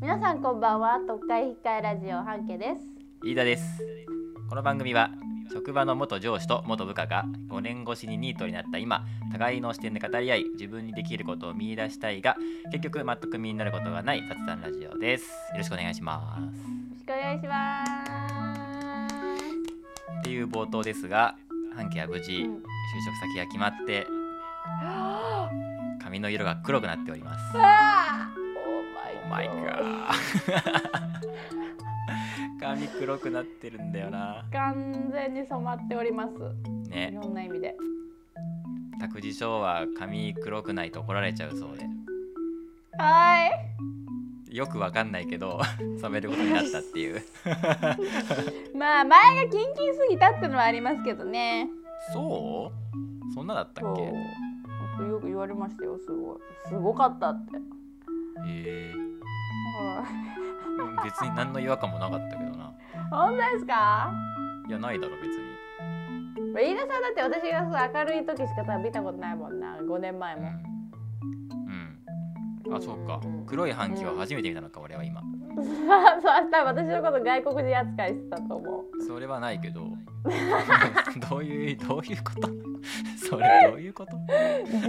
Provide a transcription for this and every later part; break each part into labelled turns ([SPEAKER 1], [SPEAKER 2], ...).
[SPEAKER 1] 皆さんこんばんは特会控えラジオ半家です
[SPEAKER 2] 飯田ですこの番組は職場の元上司と元部下が5年越しにニートになった今互いの視点で語り合い自分にできることを見出したいが結局全く身になることがない雑談ラジオですよろしくお願いしま
[SPEAKER 1] よろしくお願いします
[SPEAKER 2] すっていう冒頭ですが半径は無事
[SPEAKER 1] う
[SPEAKER 2] 就
[SPEAKER 1] ん
[SPEAKER 2] 職先が決まって
[SPEAKER 1] は
[SPEAKER 2] 髪の色が黒くなっております
[SPEAKER 1] あ
[SPEAKER 2] お
[SPEAKER 1] お
[SPEAKER 2] ま
[SPEAKER 1] マイ
[SPEAKER 2] い
[SPEAKER 1] ガー
[SPEAKER 2] か髪黒くなってるんだよな
[SPEAKER 1] 完全に染まっておりますい
[SPEAKER 2] ね
[SPEAKER 1] ろんな意味で
[SPEAKER 2] 託児所は髪黒くないと怒られちゃうそうで
[SPEAKER 1] は
[SPEAKER 2] よくわかんないけど染めることになったっていう
[SPEAKER 1] ーいまあ前がキンキンすぎたってのはありますけどね
[SPEAKER 2] そうそんなだったっけ
[SPEAKER 1] そうよく言われましたよすごいすごかったって
[SPEAKER 2] え
[SPEAKER 1] はい
[SPEAKER 2] ー、別に何の違和感もなかったけどな
[SPEAKER 1] 本当ですか
[SPEAKER 2] いやないだろ別に
[SPEAKER 1] 飯田さんだって私がそう明るい時しか多分見たことないもんな5年前
[SPEAKER 2] う
[SPEAKER 1] も
[SPEAKER 2] ん、うん、あそうか
[SPEAKER 1] うん
[SPEAKER 2] 黒い半旗は初めて見たのか俺は今
[SPEAKER 1] そうそう多分私のこと外国人扱いしてたと思う
[SPEAKER 2] それはないけどどういうどういうことそれどういうこと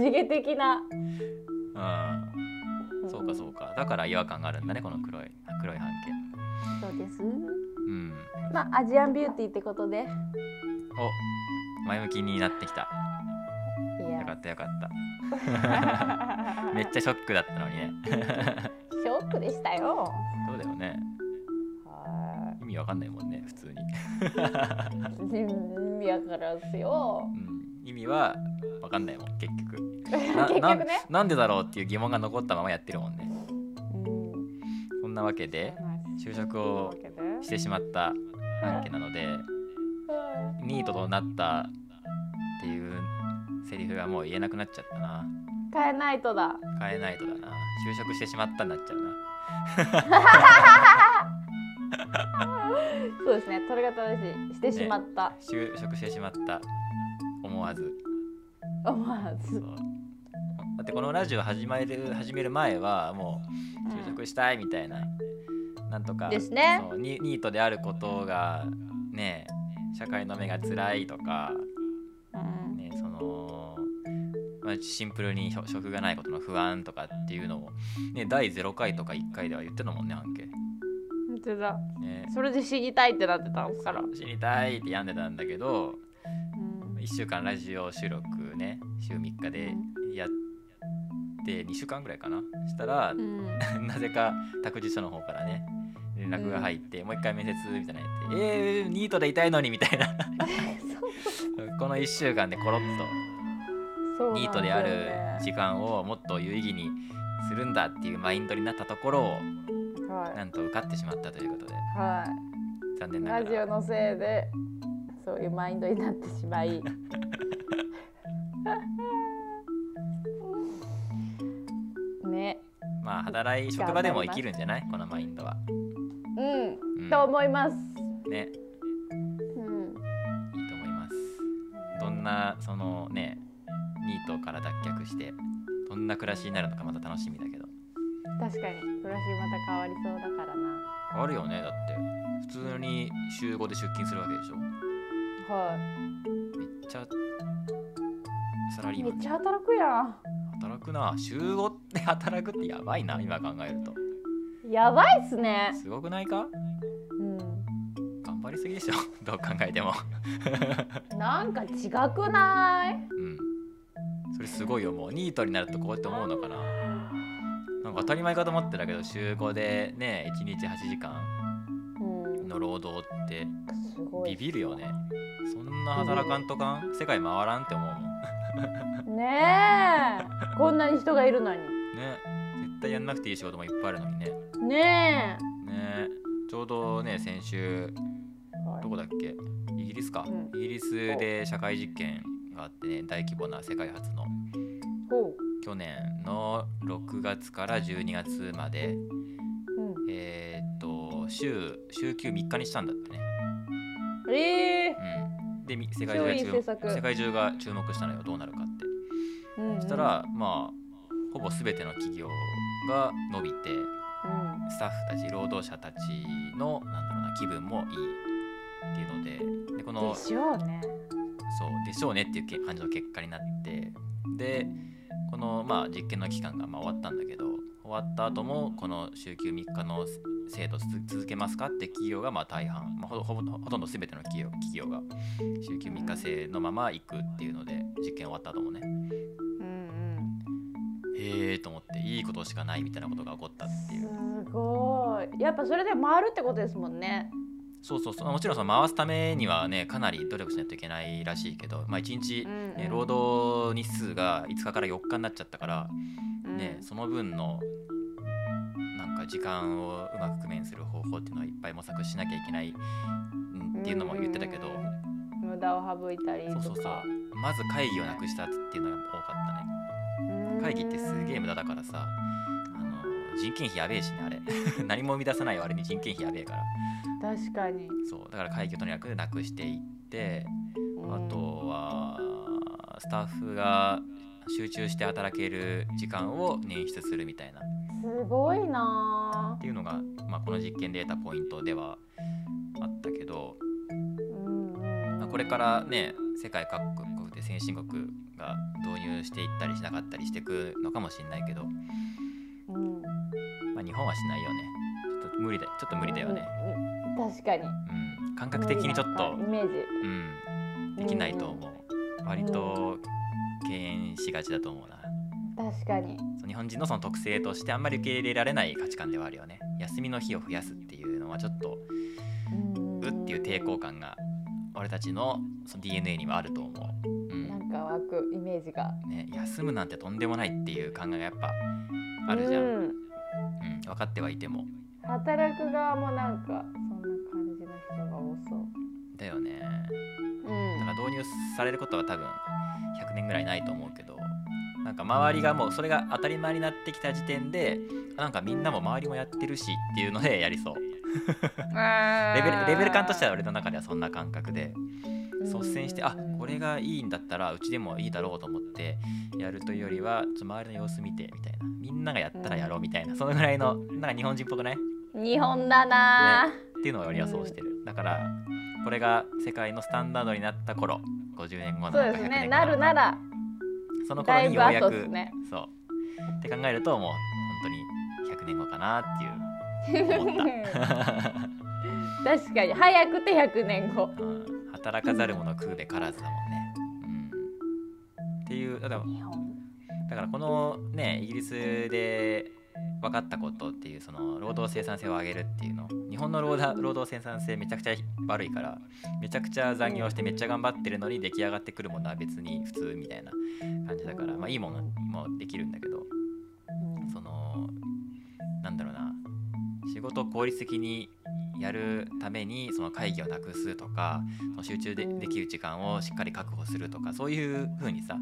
[SPEAKER 1] 地毛的な
[SPEAKER 2] うんそうかそうかだから違和感があるんだねこの黒い黒い半径
[SPEAKER 1] そうです
[SPEAKER 2] うん
[SPEAKER 1] まあアジアンビューティーってことでい
[SPEAKER 2] お前向きになってきたよか
[SPEAKER 1] や
[SPEAKER 2] ったよ かっためっちゃショックだったのにね
[SPEAKER 1] ショックでしたよ
[SPEAKER 2] そうだよね意味わかんないもんね普通に、
[SPEAKER 1] いやからですよ
[SPEAKER 2] うん、意味はわかんないもん結局
[SPEAKER 1] 結
[SPEAKER 2] な
[SPEAKER 1] 局ね
[SPEAKER 2] なんでだろうっていう疑問が残ったままやってるもんね
[SPEAKER 1] うん
[SPEAKER 2] そんなわけで就職をしてしまった半家なのでニートとなったっていうセリフがもう言えなくなっちゃったな
[SPEAKER 1] 変えないとだ
[SPEAKER 2] 変えないとだな就職してしまったになっちゃうな
[SPEAKER 1] そうですねそれが正しいしてしまった、
[SPEAKER 2] 就職してしまった思わず
[SPEAKER 1] 思わず
[SPEAKER 2] そうだってこのラジオ始める始める前はもう就職したいみたいな、なんとか
[SPEAKER 1] ですね
[SPEAKER 2] そうニニートであることがね社会の目が辛いとか、
[SPEAKER 1] うん
[SPEAKER 2] ねそのまあ、シンプルに職職がないことの不安とかっていうのを、ね、第0回とか1回では言ってたもんね半径
[SPEAKER 1] 本当だ
[SPEAKER 2] ね
[SPEAKER 1] それで死にたいってなってたんですから、
[SPEAKER 2] 知りたいって病んでたんだけど
[SPEAKER 1] うん
[SPEAKER 2] 1週間ラジオ収録ね週3日でやって2週間ぐらいかなしたら
[SPEAKER 1] うん、
[SPEAKER 2] なぜか託児所の方からね連絡が入って、もう一回面接みたいなのやって「えー、ニートでいたいのに」み たいなこの1週間でコロッと
[SPEAKER 1] そう
[SPEAKER 2] ニートである時間をもっと有意義にするんだっていうマインドになったところを
[SPEAKER 1] 間、はい
[SPEAKER 2] なんと受かってしまったということで
[SPEAKER 1] は
[SPEAKER 2] 残念
[SPEAKER 1] い、
[SPEAKER 2] なが
[SPEAKER 1] ラジオ
[SPEAKER 2] ら
[SPEAKER 1] のせいでそういうマインドになってしまい ね
[SPEAKER 2] まあ働い職場でも生きるんじゃないこのマインドは。
[SPEAKER 1] うん、
[SPEAKER 2] うん
[SPEAKER 1] と思います、
[SPEAKER 2] ねいい
[SPEAKER 1] うん、
[SPEAKER 2] と思います。どんなそのねニートから脱却してどんな暮らしになるのかまた楽しみだけど。
[SPEAKER 1] 確かに暮らしまた変わりそうだからな
[SPEAKER 2] あるよねだって普通に週5で出勤するわけでしょめ
[SPEAKER 1] は
[SPEAKER 2] っちゃサラリ
[SPEAKER 1] い
[SPEAKER 2] ー
[SPEAKER 1] め
[SPEAKER 2] マ
[SPEAKER 1] っ
[SPEAKER 2] ン
[SPEAKER 1] ちゃ働くやん
[SPEAKER 2] 働くな週5って 働くってやばいな今考えると
[SPEAKER 1] やばいっすね
[SPEAKER 2] すごくないか
[SPEAKER 1] うん
[SPEAKER 2] 頑張りすぎでしょ どう考えても
[SPEAKER 1] なんか違くない
[SPEAKER 2] うんそれすごいよもうニートになるとこうやって思うのかななんか当たり前かと思ってたけど週5でね1日8時間
[SPEAKER 1] うん
[SPEAKER 2] の労働って
[SPEAKER 1] すごい
[SPEAKER 2] ビビるよねそんな働かんとかん世界回らんって思うもん
[SPEAKER 1] ねえこんなに人がいるのに
[SPEAKER 2] ね絶対やんなくていい仕事もいっぱいあるのにね
[SPEAKER 1] ね
[SPEAKER 2] ねちょうどね先週
[SPEAKER 1] え、はい
[SPEAKER 2] どこだっけイギリスか、
[SPEAKER 1] うん
[SPEAKER 2] イギリスで社会実験があってね大規模な世界初の
[SPEAKER 1] ほ
[SPEAKER 2] 去年の6月から12月ま
[SPEAKER 1] う、
[SPEAKER 2] で
[SPEAKER 1] う
[SPEAKER 2] えーっと週週休3日にしたんだってね、
[SPEAKER 1] ん、ええ
[SPEAKER 2] うん、でみ世界
[SPEAKER 1] 超いい政
[SPEAKER 2] 中が注
[SPEAKER 1] 策
[SPEAKER 2] 目世界中が注目したのよどうなるかって
[SPEAKER 1] うんうん
[SPEAKER 2] そしたらまあほぼ全ての企業が伸びて
[SPEAKER 1] うん
[SPEAKER 2] スタッフたち労働者たちのなんだろうな気分もいいっていうのででこの
[SPEAKER 1] でしょうね
[SPEAKER 2] そうでしょうねっていうけ感じの結果になってでこの、まあ、実験の期間がまあ終わったんだけど終わった後もこの週休3日の制度つ続けますかって企業がまあ大半、まあ、ほぼほぼほとんど全ての企業企業が週休3日制のまま行くっていうので実験終わった後もね
[SPEAKER 1] うん
[SPEAKER 2] へえと思っていいことしかないみたいなことが起こったっていう
[SPEAKER 1] うんすごいやっぱそれで回るってことですもんね
[SPEAKER 2] そうそうそうもちろんその回すためにはねかなり努力しないといけないらしいけど、まあ、1日、
[SPEAKER 1] うんうん
[SPEAKER 2] ね労働日数が5日から4日になっちゃったから
[SPEAKER 1] うん
[SPEAKER 2] ね、その分のなんか時間をうまく工面する方法っていうのはいっぱい模索しなきゃいけないうんっていうのも言ってたけど、
[SPEAKER 1] 無駄を省いたりとか
[SPEAKER 2] そうそうそうまず会議をなくしたっていうのが多かったね
[SPEAKER 1] うん
[SPEAKER 2] 会議ってすげえ無駄だからさあの人件費やべえしねあれ 何も生み出さない割に人件費やべえから
[SPEAKER 1] 確かに
[SPEAKER 2] そうだから会議をとにかくなくしていってあとはスタッフが集中して働ける時間を捻出するみたいな
[SPEAKER 1] すごいな
[SPEAKER 2] っていうのが、まあ、この実験で得たポイントではあったけど、
[SPEAKER 1] ぁうん
[SPEAKER 2] まあこれからね世界各国で先進国が導入していったりしなかったりしていくのかもしれないけど、
[SPEAKER 1] うん
[SPEAKER 2] まあ、日本はしないよねちょっと無理だちょっと無理だよね、
[SPEAKER 1] うん確かに
[SPEAKER 2] うん、感覚的にちょっと
[SPEAKER 1] 無理、なイメージ
[SPEAKER 2] うん、できないと思う割と敬遠しがちだと思うな
[SPEAKER 1] 確かに
[SPEAKER 2] そう日本人のその特性としてあんまり受け入れられない価値観ではあるよね休みの日を増やすっていうのはちょっと
[SPEAKER 1] うん
[SPEAKER 2] うっていう抵抗感が俺たちのその DNA にはあると思う、うん
[SPEAKER 1] なんか湧くイメージが
[SPEAKER 2] ね、休むなんてとんでもないっていう考えがやっぱあるじゃん、うん
[SPEAKER 1] う
[SPEAKER 2] 分かってはいても
[SPEAKER 1] 働く側もなんかそんな感じの人が多そう
[SPEAKER 2] だよ
[SPEAKER 1] う
[SPEAKER 2] ねだ
[SPEAKER 1] ん
[SPEAKER 2] から導入されることは多分100年ぐらいないと思うけどなんか周りがもうそれが当たり前になってきた時点であなんかみんなも周りもやってるしっていうのでやりそうレベルレベル感としては俺の中ではそんな感覚で率先してあこれがいいんだったらうちでもいいだろうと思ってやるというよりはちょっと周りの様子見てみたいなみんながやったらやろうみたいなそのぐらいのなんか日本人っぽくないっ
[SPEAKER 1] 日本だなぁ
[SPEAKER 2] ていうのを俺はそうしてるだからこれが世界のスタンダードになった頃50年後な
[SPEAKER 1] そ
[SPEAKER 2] のか
[SPEAKER 1] うです
[SPEAKER 2] 100年
[SPEAKER 1] ね
[SPEAKER 2] 後
[SPEAKER 1] な
[SPEAKER 2] なの
[SPEAKER 1] る
[SPEAKER 2] か
[SPEAKER 1] なら
[SPEAKER 2] その頃
[SPEAKER 1] だい
[SPEAKER 2] に
[SPEAKER 1] ぶ
[SPEAKER 2] ようや
[SPEAKER 1] 後
[SPEAKER 2] く
[SPEAKER 1] ですね
[SPEAKER 2] そうって考えるともう本当に100年後かなっていう思った
[SPEAKER 1] 確かに早くて100年後
[SPEAKER 2] うん働かざる者食うべからずだもんね。うん、っていうだから
[SPEAKER 1] 日本
[SPEAKER 2] だからこのねイギリスで分かったことっていうその労働生産性を上げるっていうの日本の労働労働生産性めちゃくちゃ悪いからめちゃくちゃ残業してめっちゃ頑張ってるのに出来上がってくるものは別に普通みたいな感じだから、まあ、いいものもできるんだけどそのなんだろうな仕事を効率的にやるためにその会議をなくすとかその集中でできる時間をしっかり確保するとかそういう風にさ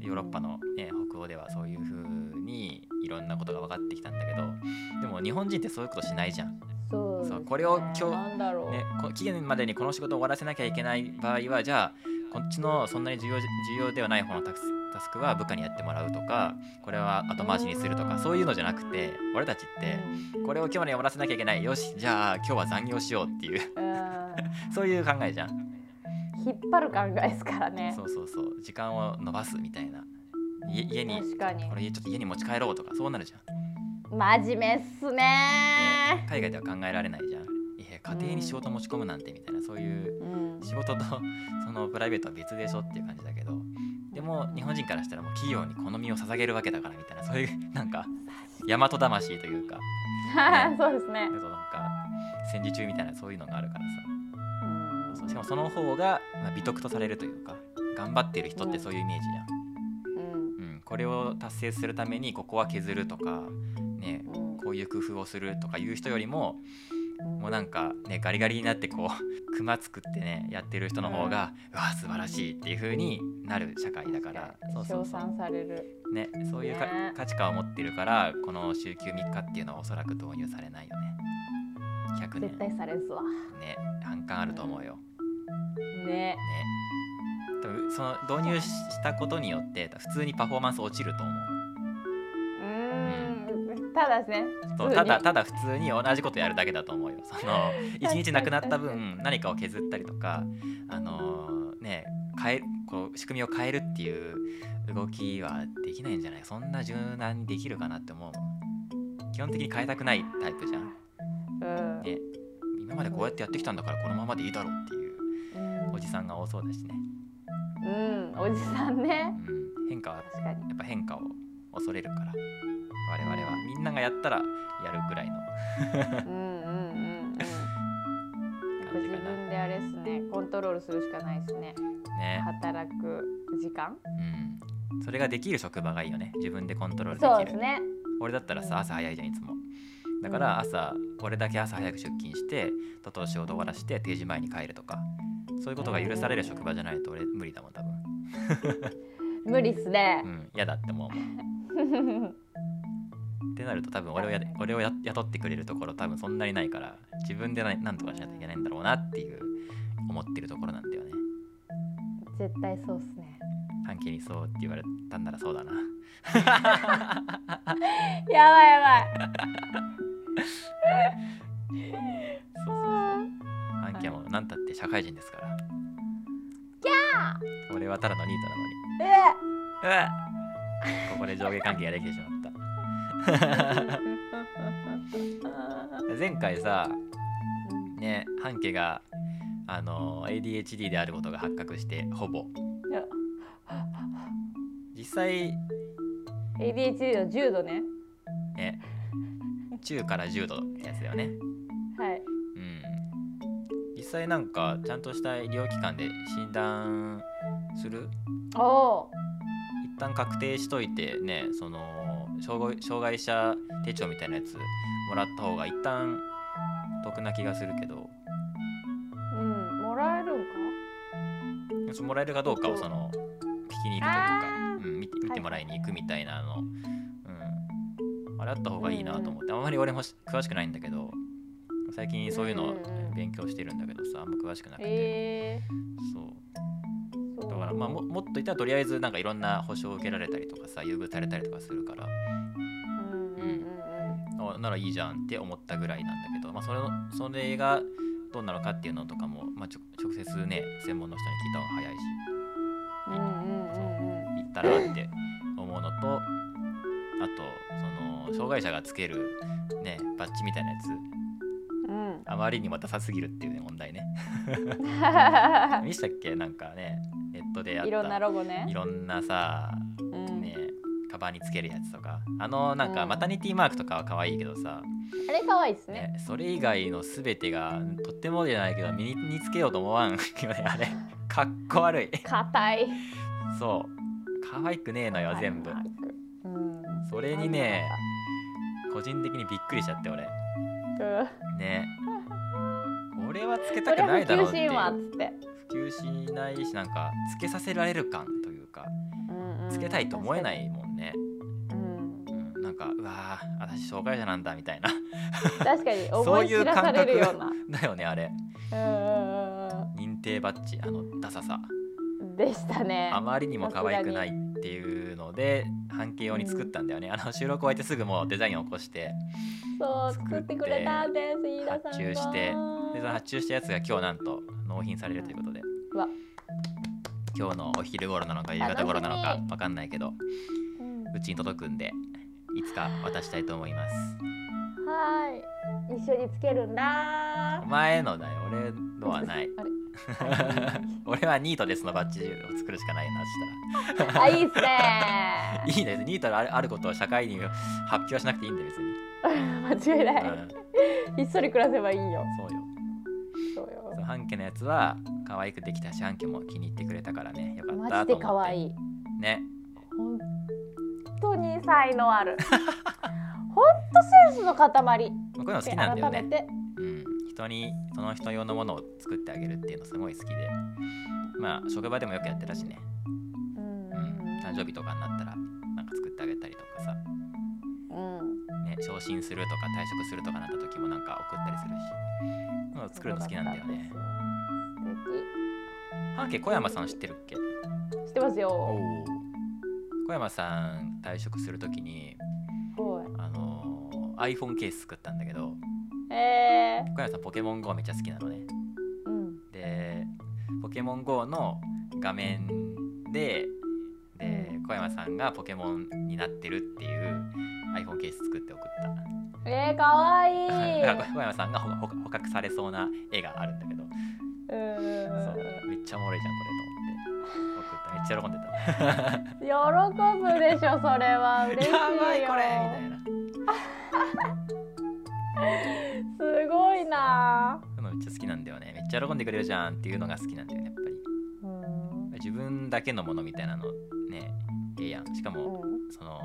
[SPEAKER 2] ヨーロッパの、ね、北欧ではそういう風にいろんなことが分かってきたんだけどでも日本人ってそういうことしないじゃん。
[SPEAKER 1] そうです
[SPEAKER 2] そ
[SPEAKER 1] ね
[SPEAKER 2] うこれを今日
[SPEAKER 1] なんだろう
[SPEAKER 2] ね、こ期限までにこの仕事を終わらせなきゃいけない場合はじゃあこっちのそんなに重要重要ではない方のタスタスクは部下にやってもらうとかこれは後回しにするとかそういうのじゃなくて俺たちってこれを今日までに終わらせなきゃいけないよしじゃあ今日は残業しようっていう
[SPEAKER 1] うん
[SPEAKER 2] そういう考えじゃん
[SPEAKER 1] 引っ張る考えですからね
[SPEAKER 2] そうそうそう時間を延ばすみたいない家に
[SPEAKER 1] 確かに
[SPEAKER 2] これちょっと家に持ち帰ろうとかそうなるじゃん、
[SPEAKER 1] 真面目っす
[SPEAKER 2] ね
[SPEAKER 1] ね
[SPEAKER 2] 海外では考えられないじゃんいや家庭に仕事持ち込むなんてみたいなそういう
[SPEAKER 1] うん
[SPEAKER 2] 仕事と そのプライベートは別でしょっていう感じだけどでも日本人からしたらもう企業にこの身を捧げるわけだからみたいなそういう なんか大和魂というかね
[SPEAKER 1] そうですね
[SPEAKER 2] あとなんか戦時中みたいなそういうのがあるから
[SPEAKER 1] うん
[SPEAKER 2] さしかもその方がまあ美徳とされるというか頑張ってる人ってそういうイメージ
[SPEAKER 1] うん
[SPEAKER 2] じゃん、うん、これを達成するためにここは削るとかね
[SPEAKER 1] うん
[SPEAKER 2] こういう工夫をするとかいう人よりももうなんかねガリガリになってこう クマ作ってねやってる人の方が、うわ素晴らしいっていう風になる社会だからそうそ
[SPEAKER 1] 称
[SPEAKER 2] うそ
[SPEAKER 1] 賛される
[SPEAKER 2] うねそういうか
[SPEAKER 1] ね
[SPEAKER 2] 価値観を持ってるからこの週休3日っていうのはおそらく導入されないよね100
[SPEAKER 1] 絶
[SPEAKER 2] 年
[SPEAKER 1] 対されるわ
[SPEAKER 2] ね反感あると思うよね
[SPEAKER 1] ね
[SPEAKER 2] 多分その導入ししたことによって普通にパフォーマンス落ちると思う
[SPEAKER 1] うんただですね
[SPEAKER 2] そう
[SPEAKER 1] 普通に
[SPEAKER 2] ただただ普通に同じことやるだけだと思うよ その一日なくなった分何かを削ったりとかあのーね変えこう仕組みを変えるっていう動きはできないんじゃないそんな柔軟にできるかなって思うもん基本的に変えたくないタイプじゃん
[SPEAKER 1] うん
[SPEAKER 2] ね今までこうやってやってきたんだからこのままでいいだろうっていう
[SPEAKER 1] うん
[SPEAKER 2] おじさんが多そうだしね、
[SPEAKER 1] うんおじさんね
[SPEAKER 2] うん、変化は
[SPEAKER 1] 確かに
[SPEAKER 2] やっぱ変化を恐れるから我々はみんながやったらやるぐらいの
[SPEAKER 1] うんうんうんうん
[SPEAKER 2] 感じ
[SPEAKER 1] 自
[SPEAKER 2] かな
[SPEAKER 1] 分であれですねコントロールするしかないですね
[SPEAKER 2] ね、
[SPEAKER 1] 働く時間
[SPEAKER 2] うん、それができる職場がいいよね自分でコントロールできる
[SPEAKER 1] そうですね
[SPEAKER 2] 俺だったらさ朝早いじゃんいつもだから朝、俺だけ朝早く出勤してとっとと仕事終わらして定時前に帰るとかそういうことが許される職場じゃないと俺無理だもん多分
[SPEAKER 1] 無理っすね
[SPEAKER 2] う、ん嫌だって思うもんってなると多分俺をや俺をや雇ってくれるところ多分そんなにないから自分でななんとかしないといけないんだろうなっていう思ってるところなんだよね
[SPEAKER 1] 絶対そうっすね
[SPEAKER 2] 半径にそうって言われたんならそうだな
[SPEAKER 1] やばいやばい
[SPEAKER 2] そうそうそう。アンキャも何たって社会人ですから。俺はただのニートなのに。
[SPEAKER 1] え
[SPEAKER 2] うわっここで上下関係ができてしまった。前回さ、ね、半家があの ADHD であることが発覚して、ほぼ。実際、
[SPEAKER 1] ADHD の重度ね
[SPEAKER 2] ね、中から10度ってやつだよね。
[SPEAKER 1] はい
[SPEAKER 2] うん。実際なんか、ちゃんとした医療機関で診断する
[SPEAKER 1] おお
[SPEAKER 2] 一旦確定しといてねその障害障害者手帳みたいなやつもらった方が一旦得な気がするけど
[SPEAKER 1] ーうんもらえるんか
[SPEAKER 2] そもらえるかどうかをその聞きに行くと
[SPEAKER 1] あ
[SPEAKER 2] いうか、うん、見て見てもらいに行くみたいなの、うん、あれあった方がいいなと思ってあんまり俺もし詳しくないんだけど最近そういうのを
[SPEAKER 1] うんうんうん
[SPEAKER 2] 勉強してるんだけどさあんま詳しくなくて、
[SPEAKER 1] え
[SPEAKER 2] そう
[SPEAKER 1] ーそう
[SPEAKER 2] だからまあももっといたらとりあえずなんかいろんな保証を受けられたりとかさ優遇されたりとかするから
[SPEAKER 1] うんうんうん
[SPEAKER 2] あならいいじゃんって思ったぐらいなんだけど、まあ、それのそれがどうなのかっていうのとかも、まあ、ちょ直接ね専門の人に聞いた方が早いし
[SPEAKER 1] うんうんうんうん
[SPEAKER 2] 行ったらって思うのとあとその障害者がつける、ね、バッジみたいなやつ
[SPEAKER 1] うん
[SPEAKER 2] あまりにもダサすぎるっていうね問題ね見したっけなんかねネットでやった
[SPEAKER 1] いろんなロゴね
[SPEAKER 2] いろんなさ
[SPEAKER 1] うん
[SPEAKER 2] ねカバンにつけるやつとかあのなんか
[SPEAKER 1] うん
[SPEAKER 2] マタニティマークとかは可愛いけどさ、
[SPEAKER 1] あれ可愛いですね
[SPEAKER 2] ね、それ以外の全てがとってもじゃないけど身につけようと思わんよ ねあれかっこ悪い
[SPEAKER 1] 硬い
[SPEAKER 2] そう可愛くねえのよ全部
[SPEAKER 1] うん
[SPEAKER 2] それにね個人的にびっくりしちゃって俺
[SPEAKER 1] うん
[SPEAKER 2] ね俺はつけ
[SPEAKER 1] そ
[SPEAKER 2] た
[SPEAKER 1] れ
[SPEAKER 2] く
[SPEAKER 1] は
[SPEAKER 2] ないだろう
[SPEAKER 1] 不
[SPEAKER 2] っ
[SPEAKER 1] 謹
[SPEAKER 2] ていう
[SPEAKER 1] 慎はっつって
[SPEAKER 2] 普及しないしなんかつけさせられる感というかつけたいと思えないいもんね、
[SPEAKER 1] うん
[SPEAKER 2] うん、なんかうわー私障害者なんだみたいな
[SPEAKER 1] 確かに
[SPEAKER 2] そ
[SPEAKER 1] 思
[SPEAKER 2] う
[SPEAKER 1] い
[SPEAKER 2] いう
[SPEAKER 1] 知ら
[SPEAKER 2] 感
[SPEAKER 1] さ
[SPEAKER 2] 覚
[SPEAKER 1] れるような
[SPEAKER 2] だよねあれ
[SPEAKER 1] うんうんうん
[SPEAKER 2] 認定バッジあのダサさ
[SPEAKER 1] うんでしたね
[SPEAKER 2] あまりにも可愛くないっていうので半径用に作ったんだよね、あの収録終えてすぐもうデザインを起こして
[SPEAKER 1] そう
[SPEAKER 2] 作って
[SPEAKER 1] 作ってくれたんです飯田さんが
[SPEAKER 2] 発注してでその発注したやつが今日なんと納品されるということで
[SPEAKER 1] うわ
[SPEAKER 2] 今日のお昼頃なのか夕方頃なのか
[SPEAKER 1] 楽し
[SPEAKER 2] わかんないけど
[SPEAKER 1] うん
[SPEAKER 2] うちに届くんでいつか渡したいと思います
[SPEAKER 1] はーい一緒につけるんだ
[SPEAKER 2] お前のだよ俺のはない
[SPEAKER 1] あれ
[SPEAKER 2] 俺はニートですのバッジを作るしかないなしたら
[SPEAKER 1] あいいっすね
[SPEAKER 2] いいですニートであるあることを社会に発表しなくていいんだよ別
[SPEAKER 1] 間
[SPEAKER 2] に、
[SPEAKER 1] 違いな
[SPEAKER 2] う
[SPEAKER 1] い
[SPEAKER 2] ん、
[SPEAKER 1] ひっそり暮らせばいいよ
[SPEAKER 2] そうよ
[SPEAKER 1] そうよ
[SPEAKER 2] そう半家のやつは可愛くできたし半家も気に入ってくれたからねよかった
[SPEAKER 1] マジで可
[SPEAKER 2] い
[SPEAKER 1] 愛い
[SPEAKER 2] ね
[SPEAKER 1] 本当に才能ある 本当センスの塊
[SPEAKER 2] まあこういうの好きなんだよ
[SPEAKER 1] 改
[SPEAKER 2] ね、
[SPEAKER 1] めて
[SPEAKER 2] うん、人にその人用のものを作ってあげるっていうのすごい好きでまあ職場でもよくやってたしね、
[SPEAKER 1] うん
[SPEAKER 2] うん、誕生日とかになったらなんか作ってあげたりとかさ、
[SPEAKER 1] うん
[SPEAKER 2] ね、昇進するとか退職するとかなった時もなんか送ったりするしそういうの作るの好きなんだよね半家小山さん知ってるっけ
[SPEAKER 1] 素敵知ってますよ
[SPEAKER 2] 小山さん退職する時に
[SPEAKER 1] すごい
[SPEAKER 2] あのー iPhone ケース作ったんだけど
[SPEAKER 1] え
[SPEAKER 2] 小山さんポケモン GO めっちゃ好きなのね
[SPEAKER 1] ー、うん
[SPEAKER 2] でポケモン GO の画面でで小山さんがポケモンになってるっていう iPhone ケース作って送った
[SPEAKER 1] えー、かわいい
[SPEAKER 2] だから小山さんがほほ捕獲されそうな絵があるんだけど
[SPEAKER 1] うんうんうん
[SPEAKER 2] そうめっちゃおもろいじゃんこれと思って送っためっちゃ喜んでた
[SPEAKER 1] 喜ぶでしょそれは嬉しいよ
[SPEAKER 2] やばいこれみたいな
[SPEAKER 1] すごいな
[SPEAKER 2] そういうのめっちゃ好きなんだよねめっちゃ喜んでくれるじゃんっていうのが好きなんだよねやっぱり
[SPEAKER 1] うん
[SPEAKER 2] 自分だけのものみたいなのねええやんしかもその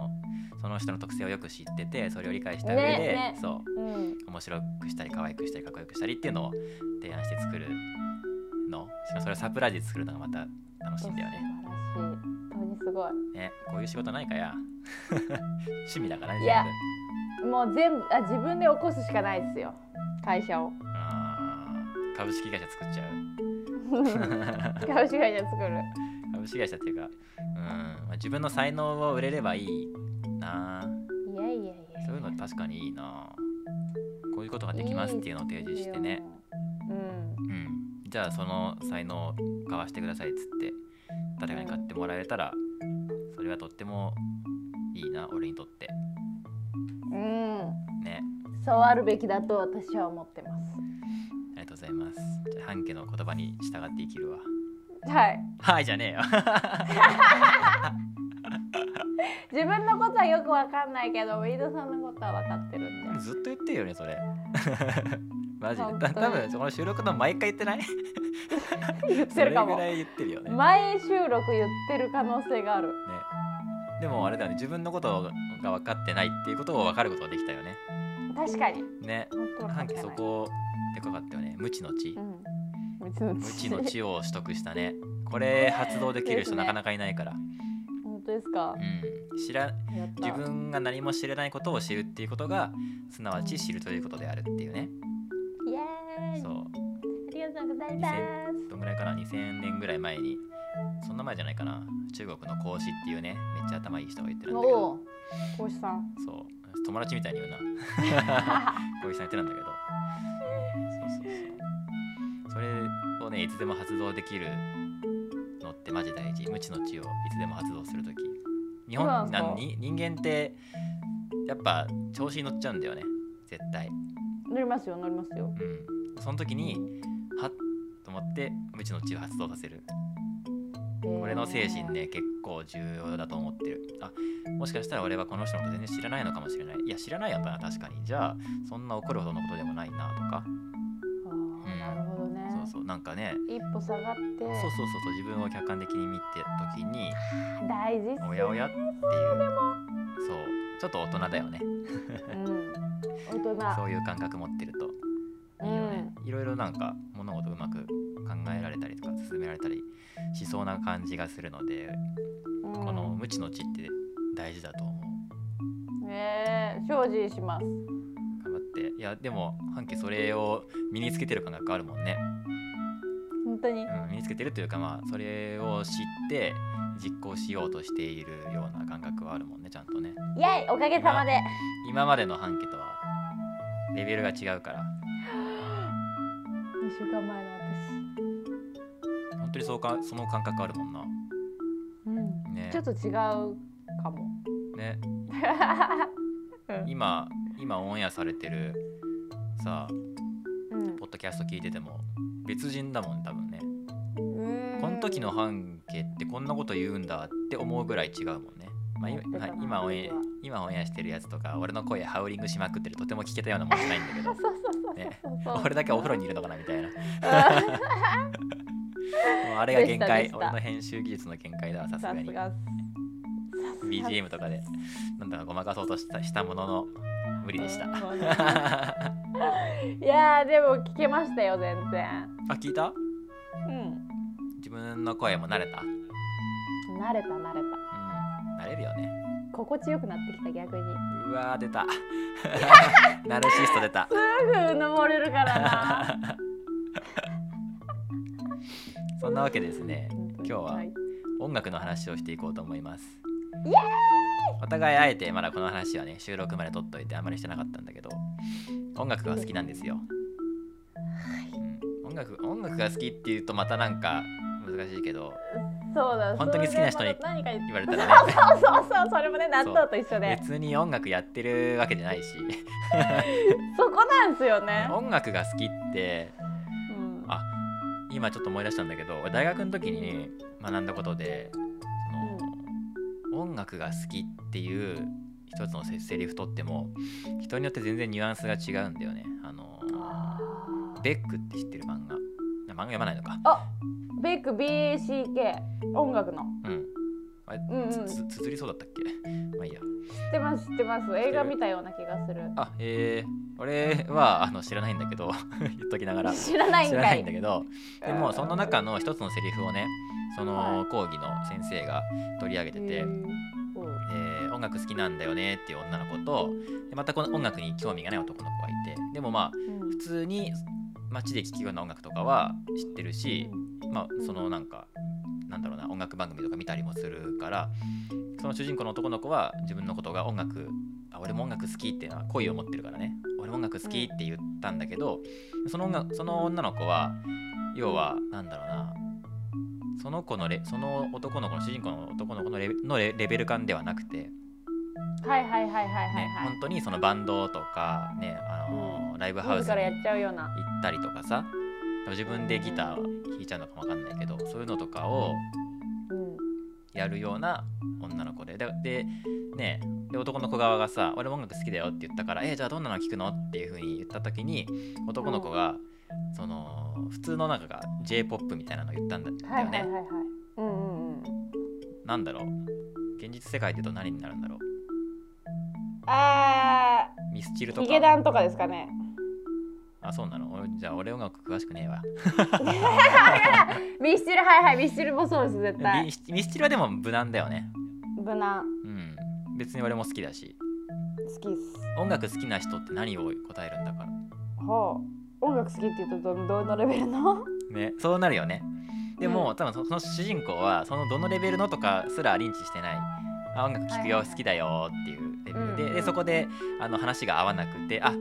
[SPEAKER 2] その人の特性をよく知っててそれを理解した上
[SPEAKER 1] ね
[SPEAKER 2] で、
[SPEAKER 1] ね
[SPEAKER 2] そ
[SPEAKER 1] うん
[SPEAKER 2] う面白くしたり可愛くしたりかっこよくしたりっていうのを提案して作るのしかもそれをサプライズで作るのがまた楽しいんだよね
[SPEAKER 1] 素晴らしい本当にすごい
[SPEAKER 2] ねこういう仕事ないかや 趣味だからね
[SPEAKER 1] いやもう全部あ自分で起こすしかないですよ会社を
[SPEAKER 2] 部あー株式会社作っちゃう
[SPEAKER 1] 株式会社作る
[SPEAKER 2] 株式会社っていうか、うんまあ、自分の才能を売れればいいなあ
[SPEAKER 1] いやいやいや
[SPEAKER 2] そういうの確かにいいなあこういうことができますっていうのを提示してね
[SPEAKER 1] うん
[SPEAKER 2] うん、じゃあその才能を買わしてくださいっつって誰かに買ってもらえたらそれはとってもいいな俺にとって
[SPEAKER 1] うん
[SPEAKER 2] ね
[SPEAKER 1] そうあるべきだと私は思ってます
[SPEAKER 2] ありがとうございますじゃあ半家の言葉に従って生きるわ
[SPEAKER 1] はい
[SPEAKER 2] はいじゃねえよ
[SPEAKER 1] 自分のことはよくわかんないけどウィードさんのことは分かってるんで
[SPEAKER 2] ずっと言ってるよね それマジで
[SPEAKER 1] 本当
[SPEAKER 2] た
[SPEAKER 1] に
[SPEAKER 2] 多分この収録の毎回 言ってない
[SPEAKER 1] 言ってるかも
[SPEAKER 2] それぐらい言ってるよねね
[SPEAKER 1] 前収録言ってる可能性がある
[SPEAKER 2] でもあれだよね自分のことが分かってないっていうことを分かることができたよね
[SPEAKER 1] 確かに
[SPEAKER 2] ね
[SPEAKER 1] 本当分か
[SPEAKER 2] 半
[SPEAKER 1] って
[SPEAKER 2] 家
[SPEAKER 1] ない
[SPEAKER 2] そこでかかったよね無知の知
[SPEAKER 1] うん無知の
[SPEAKER 2] 無知の
[SPEAKER 1] 知
[SPEAKER 2] 知を取得したねこれ発動できる
[SPEAKER 1] です
[SPEAKER 2] 人
[SPEAKER 1] ね
[SPEAKER 2] なかなかいないから、
[SPEAKER 1] 本当ですか
[SPEAKER 2] うん、知ら
[SPEAKER 1] やった
[SPEAKER 2] 自分が何も知れないことを知るっていうことがすなわち知るということであるっていうね
[SPEAKER 1] イエーイ
[SPEAKER 2] そ
[SPEAKER 1] ありがとうございます
[SPEAKER 2] うどんぐらいかな2000年ぐらい前にそんな前じゃないかな中国の孔子っていうねめっちゃ頭いい人が言ってるんだけ
[SPEAKER 1] お
[SPEAKER 2] ど
[SPEAKER 1] お講師さ ん
[SPEAKER 2] そう友達みたいに言うな 孔子さん言ってるんだけどそうそうそうそれをねいつでも発動できるのってマジ大事無知の知をいつでも発動する時日本
[SPEAKER 1] そうなんす
[SPEAKER 2] な
[SPEAKER 1] か
[SPEAKER 2] のに人間ってやっぱ調子に乗っちゃうんだよね絶対
[SPEAKER 1] 乗りますよ乗りますよ
[SPEAKER 2] うんその時にはっと思って無知の知を発動させる俺の精神ね結構重要だと思ってるあもしかしたら俺はこの人のこと全然知らないのかもしれないいや知らないやったな確かにじゃあそんな怒るほどのことでもないなとか
[SPEAKER 1] あーなるほどね
[SPEAKER 2] そうそうなんかね
[SPEAKER 1] 一歩下がって
[SPEAKER 2] そうそうそうそう自分を客観的に見て時に
[SPEAKER 1] 大事っすね
[SPEAKER 2] おやおやっていうそうちょっと大人だよね
[SPEAKER 1] うん大人
[SPEAKER 2] そういう感覚持ってるといいよね、いろいろなんか物事うまく考えられたりとか進められたりしそうな感じがするので
[SPEAKER 1] うん
[SPEAKER 2] この無知の知って大事だと思う
[SPEAKER 1] うんねえ精進します
[SPEAKER 2] 頑張っていやでも半径それを身につけてる感覚あるもんね、
[SPEAKER 1] 本当に
[SPEAKER 2] うん、身につけてるというかまあそれを知って実行しようとしているような感覚はあるもんねちゃんとね
[SPEAKER 1] イエイおかげさまで
[SPEAKER 2] 今までの半径とはレベルが違うから
[SPEAKER 1] 2週間前の私
[SPEAKER 2] 本当にそうかその感覚あるもんな
[SPEAKER 1] うん
[SPEAKER 2] ね
[SPEAKER 1] ちょっと違うかも
[SPEAKER 2] ね
[SPEAKER 1] うん
[SPEAKER 2] 今今オンエアされてるさ
[SPEAKER 1] うん
[SPEAKER 2] ポッドキャスト聞いてても別人だもん多分ね
[SPEAKER 1] うん
[SPEAKER 2] この時の半径ってこんなこと言うんだって思うぐらい違うもんね。まあ、い
[SPEAKER 1] 思ってたな
[SPEAKER 2] 今オンエア
[SPEAKER 1] 当時は
[SPEAKER 2] 今オンエアしてるやつとか俺の声ハウリングしまくってるとても聞けたようなもんじゃないんだ け
[SPEAKER 1] そう
[SPEAKER 2] ど
[SPEAKER 1] そうそうそう
[SPEAKER 2] ね
[SPEAKER 1] そうそう
[SPEAKER 2] 俺だけお風呂にいるのかな みたいなも
[SPEAKER 1] うん
[SPEAKER 2] うあれが限界
[SPEAKER 1] でしたでした
[SPEAKER 2] 俺の編集技術の限界だわさすが
[SPEAKER 1] さす
[SPEAKER 2] に
[SPEAKER 1] がっす
[SPEAKER 2] BGM とかでなんだかごまかそうとしたしたものの無理でした
[SPEAKER 1] うんそうね
[SPEAKER 2] あ
[SPEAKER 1] いやーでも聞けましたよ全然
[SPEAKER 2] 聞いた
[SPEAKER 1] うん
[SPEAKER 2] 自分の声も慣れた、うん、
[SPEAKER 1] 慣れた慣れた
[SPEAKER 2] 慣れるよね
[SPEAKER 1] 心地よくなってきた逆に
[SPEAKER 2] うわー出 たナルシスト出 た
[SPEAKER 1] すぐ登れるからな
[SPEAKER 2] そんなわけでですね
[SPEAKER 1] 本当に
[SPEAKER 2] 今日はい音楽の話をしていこうと思います。
[SPEAKER 1] イエ
[SPEAKER 2] お互いあえてまだこの話はね収録まで撮っといてあんまりしてなかったんだけど音楽が好きなんですよ、うん音楽音楽が好きっていうとまたなんか難しいけど
[SPEAKER 1] そうだ
[SPEAKER 2] 本当に好きな人
[SPEAKER 1] それ
[SPEAKER 2] に
[SPEAKER 1] また何か言
[SPEAKER 2] 言われたら
[SPEAKER 1] そう
[SPEAKER 2] ね
[SPEAKER 1] そうそうそれもね納豆と一緒で
[SPEAKER 2] 別に音楽やってるわけじゃないし
[SPEAKER 1] そこなんですよね、
[SPEAKER 2] 音楽が好きって
[SPEAKER 1] うん
[SPEAKER 2] あ今ちょっと思い出したんだけど俺大学の時に学んだことでその、音楽が好きっていう一つのセセリフとっても人によって全然ニュアンスが違うんだよねあの
[SPEAKER 1] あ
[SPEAKER 2] ベックって知ってる漫画漫画読まないのか
[SPEAKER 1] ーベイク BACK 音楽の
[SPEAKER 2] うんあれ
[SPEAKER 1] うんうん知
[SPEAKER 2] つつづりそうだったっけまあいいや
[SPEAKER 1] ってます知ってます映画見たような気がする
[SPEAKER 2] あえー、俺はあの知らないんだけど 言っときながら
[SPEAKER 1] 知らないん
[SPEAKER 2] 知ら
[SPEAKER 1] か
[SPEAKER 2] ない
[SPEAKER 1] い
[SPEAKER 2] んだけどでもその中の一つのセリフをねその講義の先生が取り上げてて、
[SPEAKER 1] へー
[SPEAKER 2] えー音楽好きなんだよねっていう女の子とでまたこの音楽に興味がない男の子がいてでもまあ
[SPEAKER 1] うん
[SPEAKER 2] 普通に街で聴くような音楽とかは知ってるし、まあ、そのなんかなんだろうな音楽番組とか見たりもするからその主人公の男の子は自分のことが音楽あ俺も音楽好きっていうのは恋を持ってるからね俺も音楽好きって言ったんだけどその音楽その女の子は要はなんだろうなその子のレその男の子の主人公の男の子のレベのレレベル感ではなくて、
[SPEAKER 1] うんはいはいはいはいはい
[SPEAKER 2] ね
[SPEAKER 1] は
[SPEAKER 2] 本当にそのバンドとか、ねあのーライブハ
[SPEAKER 1] い
[SPEAKER 2] ウス
[SPEAKER 1] 自ら
[SPEAKER 2] に
[SPEAKER 1] やっちゃうような
[SPEAKER 2] 行ったりとかさ自分でギター弾いちゃうのかもわかんないけどそういうのとかを
[SPEAKER 1] うん
[SPEAKER 2] やるような女の子でででねで男の子側がさ「俺も音楽好きだよ」って言ったから「えじゃあどんなの聴くの?」っていうふうに言った時に男の子がその普通のなんか j p o p みたいなの言ったんだ
[SPEAKER 1] はいはい
[SPEAKER 2] だよ
[SPEAKER 1] はい
[SPEAKER 2] ね。
[SPEAKER 1] はいうんうんうん
[SPEAKER 2] なんだろう現実世界で言うと何になるんだろう
[SPEAKER 1] あ
[SPEAKER 2] ミスチル
[SPEAKER 1] ー
[SPEAKER 2] と
[SPEAKER 1] ヒゲ
[SPEAKER 2] か
[SPEAKER 1] ダンとかですかね
[SPEAKER 2] あそうなの俺じゃあ俺音楽詳しくねえわ
[SPEAKER 1] ミスチルはいはいミスチルもそうです絶対
[SPEAKER 2] ミスミスチルはでも無難だよね
[SPEAKER 1] 無難
[SPEAKER 2] うん別に俺も好きだし
[SPEAKER 1] 好きっす
[SPEAKER 2] 音楽好きな人って何を答えるんだから
[SPEAKER 1] ほう音楽好きって言うとどどのレベルの
[SPEAKER 2] ね、そうなるよね。でも、
[SPEAKER 1] う
[SPEAKER 2] 多分そその主人公はそのどのレベルのとかすら認知してない。あ音楽聴くよ、
[SPEAKER 1] はいはいはい
[SPEAKER 2] 好きだよっていうレベルで,、
[SPEAKER 1] うんうん
[SPEAKER 2] でそこであの話が合わなくてあ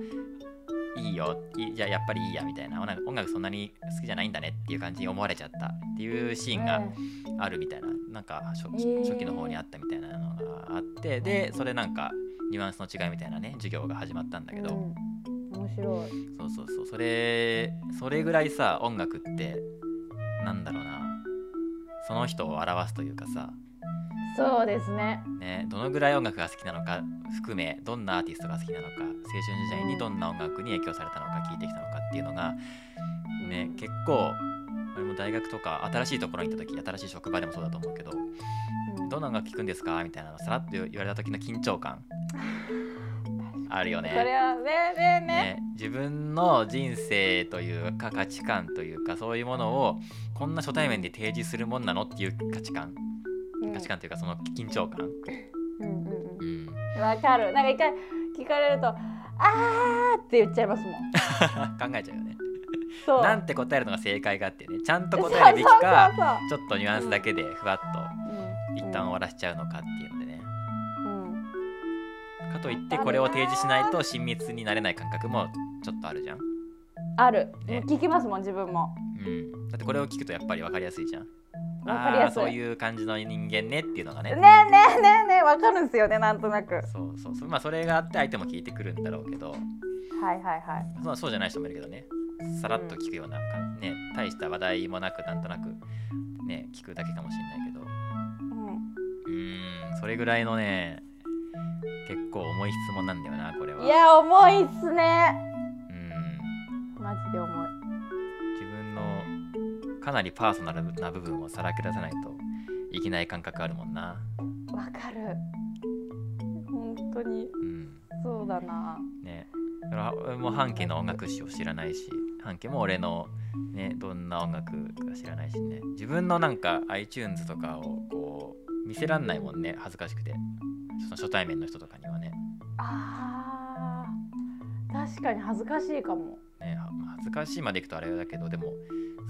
[SPEAKER 2] いいよいいじゃあやっぱりいいやみたいな音楽音楽そんなに好きじゃないんだねっていう感じに思われちゃったっていうシーンがあるみたいななんか初,、
[SPEAKER 1] へー
[SPEAKER 2] 初期の方にあったみたいなのがあって
[SPEAKER 1] うんう
[SPEAKER 2] で
[SPEAKER 1] ん
[SPEAKER 2] それなんかニュアンスの違いみたいなね授業が始まったんだけど、
[SPEAKER 1] うん面白い
[SPEAKER 2] そうそうそうそれそれぐらいさ音楽ってなんだろうなその人を表すというかさ、
[SPEAKER 1] そうですね
[SPEAKER 2] ね、どのぐらい音楽が好きなのか含めどんなアーティストが好きなのか青春時代にどんな音楽に影響されたのか聴いてきたのかっていうのが、ね、結構俺も大学とか新しいところに行った時新しい職場でもそうだと思うけど「ど
[SPEAKER 1] な
[SPEAKER 2] んな音楽聴くんですか?」みたいなのさらっと言われた時の緊張感あるよね。
[SPEAKER 1] それはねねね
[SPEAKER 2] ね、自分の人生というか価値観というかそういうものをこんな初対面で提示するもんなのっていう価値観
[SPEAKER 1] うん
[SPEAKER 2] 価値観というかその緊張感、
[SPEAKER 1] うんうんうん
[SPEAKER 2] うん、
[SPEAKER 1] わかるなんか一回聞かれると「あー」って言っちゃい ますもん
[SPEAKER 2] 考えちゃうよね
[SPEAKER 1] そう
[SPEAKER 2] なんて答えるのが正解かっていうねちゃんと
[SPEAKER 1] そう
[SPEAKER 2] 答えるべきか
[SPEAKER 1] そう
[SPEAKER 2] ちょっとニュアンスだけでふわっ
[SPEAKER 1] そうそう
[SPEAKER 2] と
[SPEAKER 1] うん
[SPEAKER 2] 一旦終わらしちゃうのかっていうのでね
[SPEAKER 1] うん
[SPEAKER 2] かといってこれを提示しないと親密になれない感覚もちょっとあるじゃん、
[SPEAKER 1] ある
[SPEAKER 2] ね
[SPEAKER 1] 聞きますもん自分も
[SPEAKER 2] うん、だってこれを聞くとやっぱり分かりやすいじゃん
[SPEAKER 1] わかりや
[SPEAKER 2] あー
[SPEAKER 1] す
[SPEAKER 2] そう
[SPEAKER 1] い
[SPEAKER 2] いう感じの人間ねっていうのが
[SPEAKER 1] ね
[SPEAKER 2] ね
[SPEAKER 1] ねねねねわかるんですよねなんとなく
[SPEAKER 2] そうそうそうまあそれがあって相手も聞いてくるんだろうけど
[SPEAKER 1] はいはいはい
[SPEAKER 2] そうそうじゃない人もいるけどねさらっと聞くような感じ、ね大した話題もなくなんとなくね聞くだけかもしれないけど
[SPEAKER 1] うん
[SPEAKER 2] うーんそれぐらいのね結構重い質問なんだよなこれはい
[SPEAKER 1] や重いっすね
[SPEAKER 2] うん
[SPEAKER 1] マジで重い
[SPEAKER 2] 自分のかなりパーソナルな部分をさらけ出さないといけない感覚あるもんな
[SPEAKER 1] わかる本当に
[SPEAKER 2] うん
[SPEAKER 1] そうだな
[SPEAKER 2] ねだから俺も半家の音楽史を知らないし半家も俺の、ね、どんな音楽か知らないしね自分のなんか iTunes とかをこう見せらんないもんね恥ずかしくてその初対面の人とかにはね
[SPEAKER 1] あー確かに恥ずかしいかも
[SPEAKER 2] ねは恥ずかしいまでいくとあれだけどでも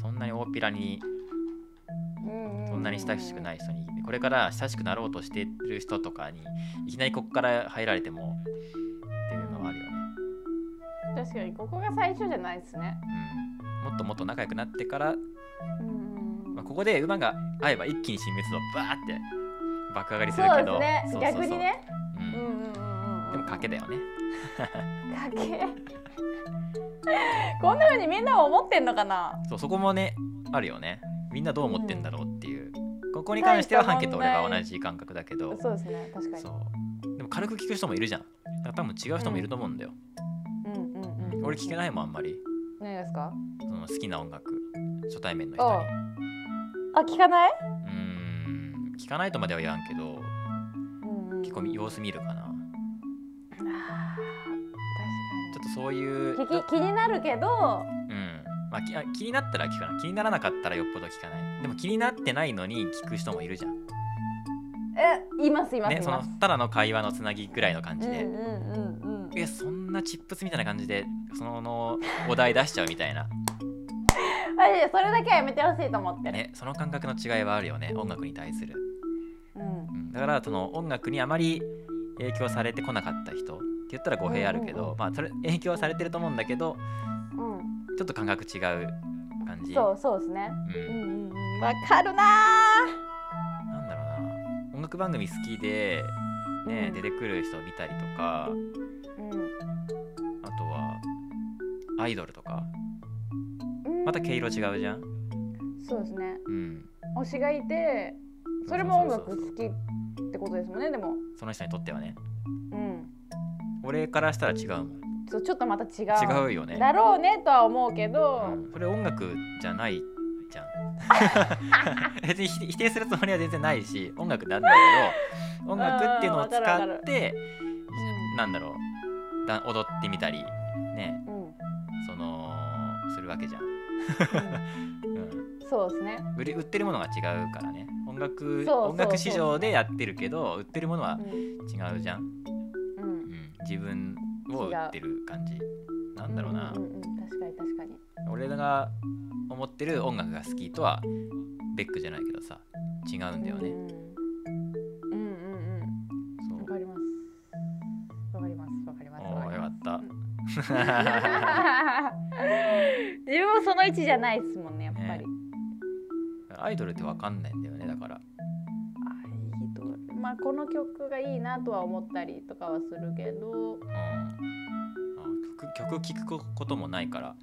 [SPEAKER 2] そんなに大っぴらに
[SPEAKER 1] うんうんうん
[SPEAKER 2] そんんなに親しくない人にこれから親しくなろうとしてる人とかにいきなりここから入られてもっていうのはあるよね、
[SPEAKER 1] 確かにここが最初じゃないですね。
[SPEAKER 2] うん、もっともっと仲良くなってから、
[SPEAKER 1] うん
[SPEAKER 2] まあ、ここで馬が合えば一気に親密度バーって爆上がりす
[SPEAKER 1] そ
[SPEAKER 2] る
[SPEAKER 1] う
[SPEAKER 2] け
[SPEAKER 1] です
[SPEAKER 2] ど
[SPEAKER 1] ね。
[SPEAKER 2] そうそうそう
[SPEAKER 1] 逆にね。
[SPEAKER 2] う
[SPEAKER 1] うん
[SPEAKER 2] ん
[SPEAKER 1] うんうんうん。
[SPEAKER 2] でも賭けだよね
[SPEAKER 1] 賭け。 こんな風にみんなも思ってんのかな。
[SPEAKER 2] そうそこもねあるよねみんなどう思ってんだろうっていう、ここに関しては半家と俺は同じ感覚だけど
[SPEAKER 1] そうですね。確かに。
[SPEAKER 2] そうでも軽く聞く人もいるじゃんだから多分違う人もいると思うんだよ、
[SPEAKER 1] うんうんうん。。
[SPEAKER 2] 俺聞けないいもんあんまり
[SPEAKER 1] 何ですか。
[SPEAKER 2] その好きな音楽初対面の人
[SPEAKER 1] あ
[SPEAKER 2] に
[SPEAKER 1] あ聞かない？
[SPEAKER 2] うーん聞かないとまでは言わんけど
[SPEAKER 1] うんうん
[SPEAKER 2] 結構様子見るかな
[SPEAKER 1] あー
[SPEAKER 2] ちょっとそういう
[SPEAKER 1] 確かに。気気になるけど。
[SPEAKER 2] うんまあ、きあ気になったら聞かない気にならなかったらよっぽど聞かないでも気になってないのに聞く人もいるじゃん、
[SPEAKER 1] えいますいますい
[SPEAKER 2] ね、その
[SPEAKER 1] ます。
[SPEAKER 2] ただの会話のつなぎぐらいの感
[SPEAKER 1] う
[SPEAKER 2] じ
[SPEAKER 1] んうん
[SPEAKER 2] で、
[SPEAKER 1] うんうん。
[SPEAKER 2] えそんなチップスみたいな感じでそのお題出しちゃうみたいな、
[SPEAKER 1] マジでそれだけはやめてほしいと思ってる。
[SPEAKER 2] ね、その感覚の違いはあるよね音楽に対する、
[SPEAKER 1] うん
[SPEAKER 2] うんだからその音楽にあまり影響されてこなかった人って言ったら語弊あるけ
[SPEAKER 1] うんうん
[SPEAKER 2] ど、まあ、それ影響されてると思うんだけど
[SPEAKER 1] うん。
[SPEAKER 2] ちょっと感覚違う感じ
[SPEAKER 1] そうそうですね。
[SPEAKER 2] う
[SPEAKER 1] うんんうんうん。わかるなー。
[SPEAKER 2] なんだろうな音楽番組好きで、ね
[SPEAKER 1] うん
[SPEAKER 2] 出てくる人を見たりとか
[SPEAKER 1] う
[SPEAKER 2] あとはアイドルとか
[SPEAKER 1] ん。
[SPEAKER 2] また毛色違うじゃん、
[SPEAKER 1] そうですね。
[SPEAKER 2] うん、
[SPEAKER 1] 推しがいて、それも音楽好きってことですもんね。でも、
[SPEAKER 2] その人にとってはね
[SPEAKER 1] うん。
[SPEAKER 2] 俺からしたら違うもん
[SPEAKER 1] そうちょっとまた違う。
[SPEAKER 2] 違うよね
[SPEAKER 1] だろうねとは思うけど、
[SPEAKER 2] うんそれ音楽じゃない じゃん別に否否定するつもりは全然ないし音楽なんだけど音楽っていうのを使
[SPEAKER 1] うんうんわ
[SPEAKER 2] っ
[SPEAKER 1] か
[SPEAKER 2] てなんだろうだ踊ってみたりね
[SPEAKER 1] うん、
[SPEAKER 2] そのするわけじゃん、うん、
[SPEAKER 1] そうです ね。
[SPEAKER 2] 売れ売ってるものが違うからね音
[SPEAKER 1] そうそ
[SPEAKER 2] 楽
[SPEAKER 1] うそう
[SPEAKER 2] 音楽市場でやってるけど売ってるものは
[SPEAKER 1] うん
[SPEAKER 2] 違うじゃん、
[SPEAKER 1] う。
[SPEAKER 2] うんん、自分を売ってる感じなんだろうな、
[SPEAKER 1] うんうんうん、確かに確かに。
[SPEAKER 2] 俺らが思ってる音楽が好きとはベックじゃないけどさ違うんだよね、
[SPEAKER 1] うんうんうんうん。わ
[SPEAKER 2] そう
[SPEAKER 1] かります。わかります。わかります。
[SPEAKER 2] お
[SPEAKER 1] わ
[SPEAKER 2] ー
[SPEAKER 1] かり
[SPEAKER 2] よか
[SPEAKER 1] ます
[SPEAKER 2] った
[SPEAKER 1] うん 自分もその位置じゃないですもんね、やっぱり。
[SPEAKER 2] ねアイドルってわかんないんだよねだから
[SPEAKER 1] あいいとこまあこの曲がいいなとは思ったりとかはするけど、
[SPEAKER 2] うんあ曲曲聴くこともないから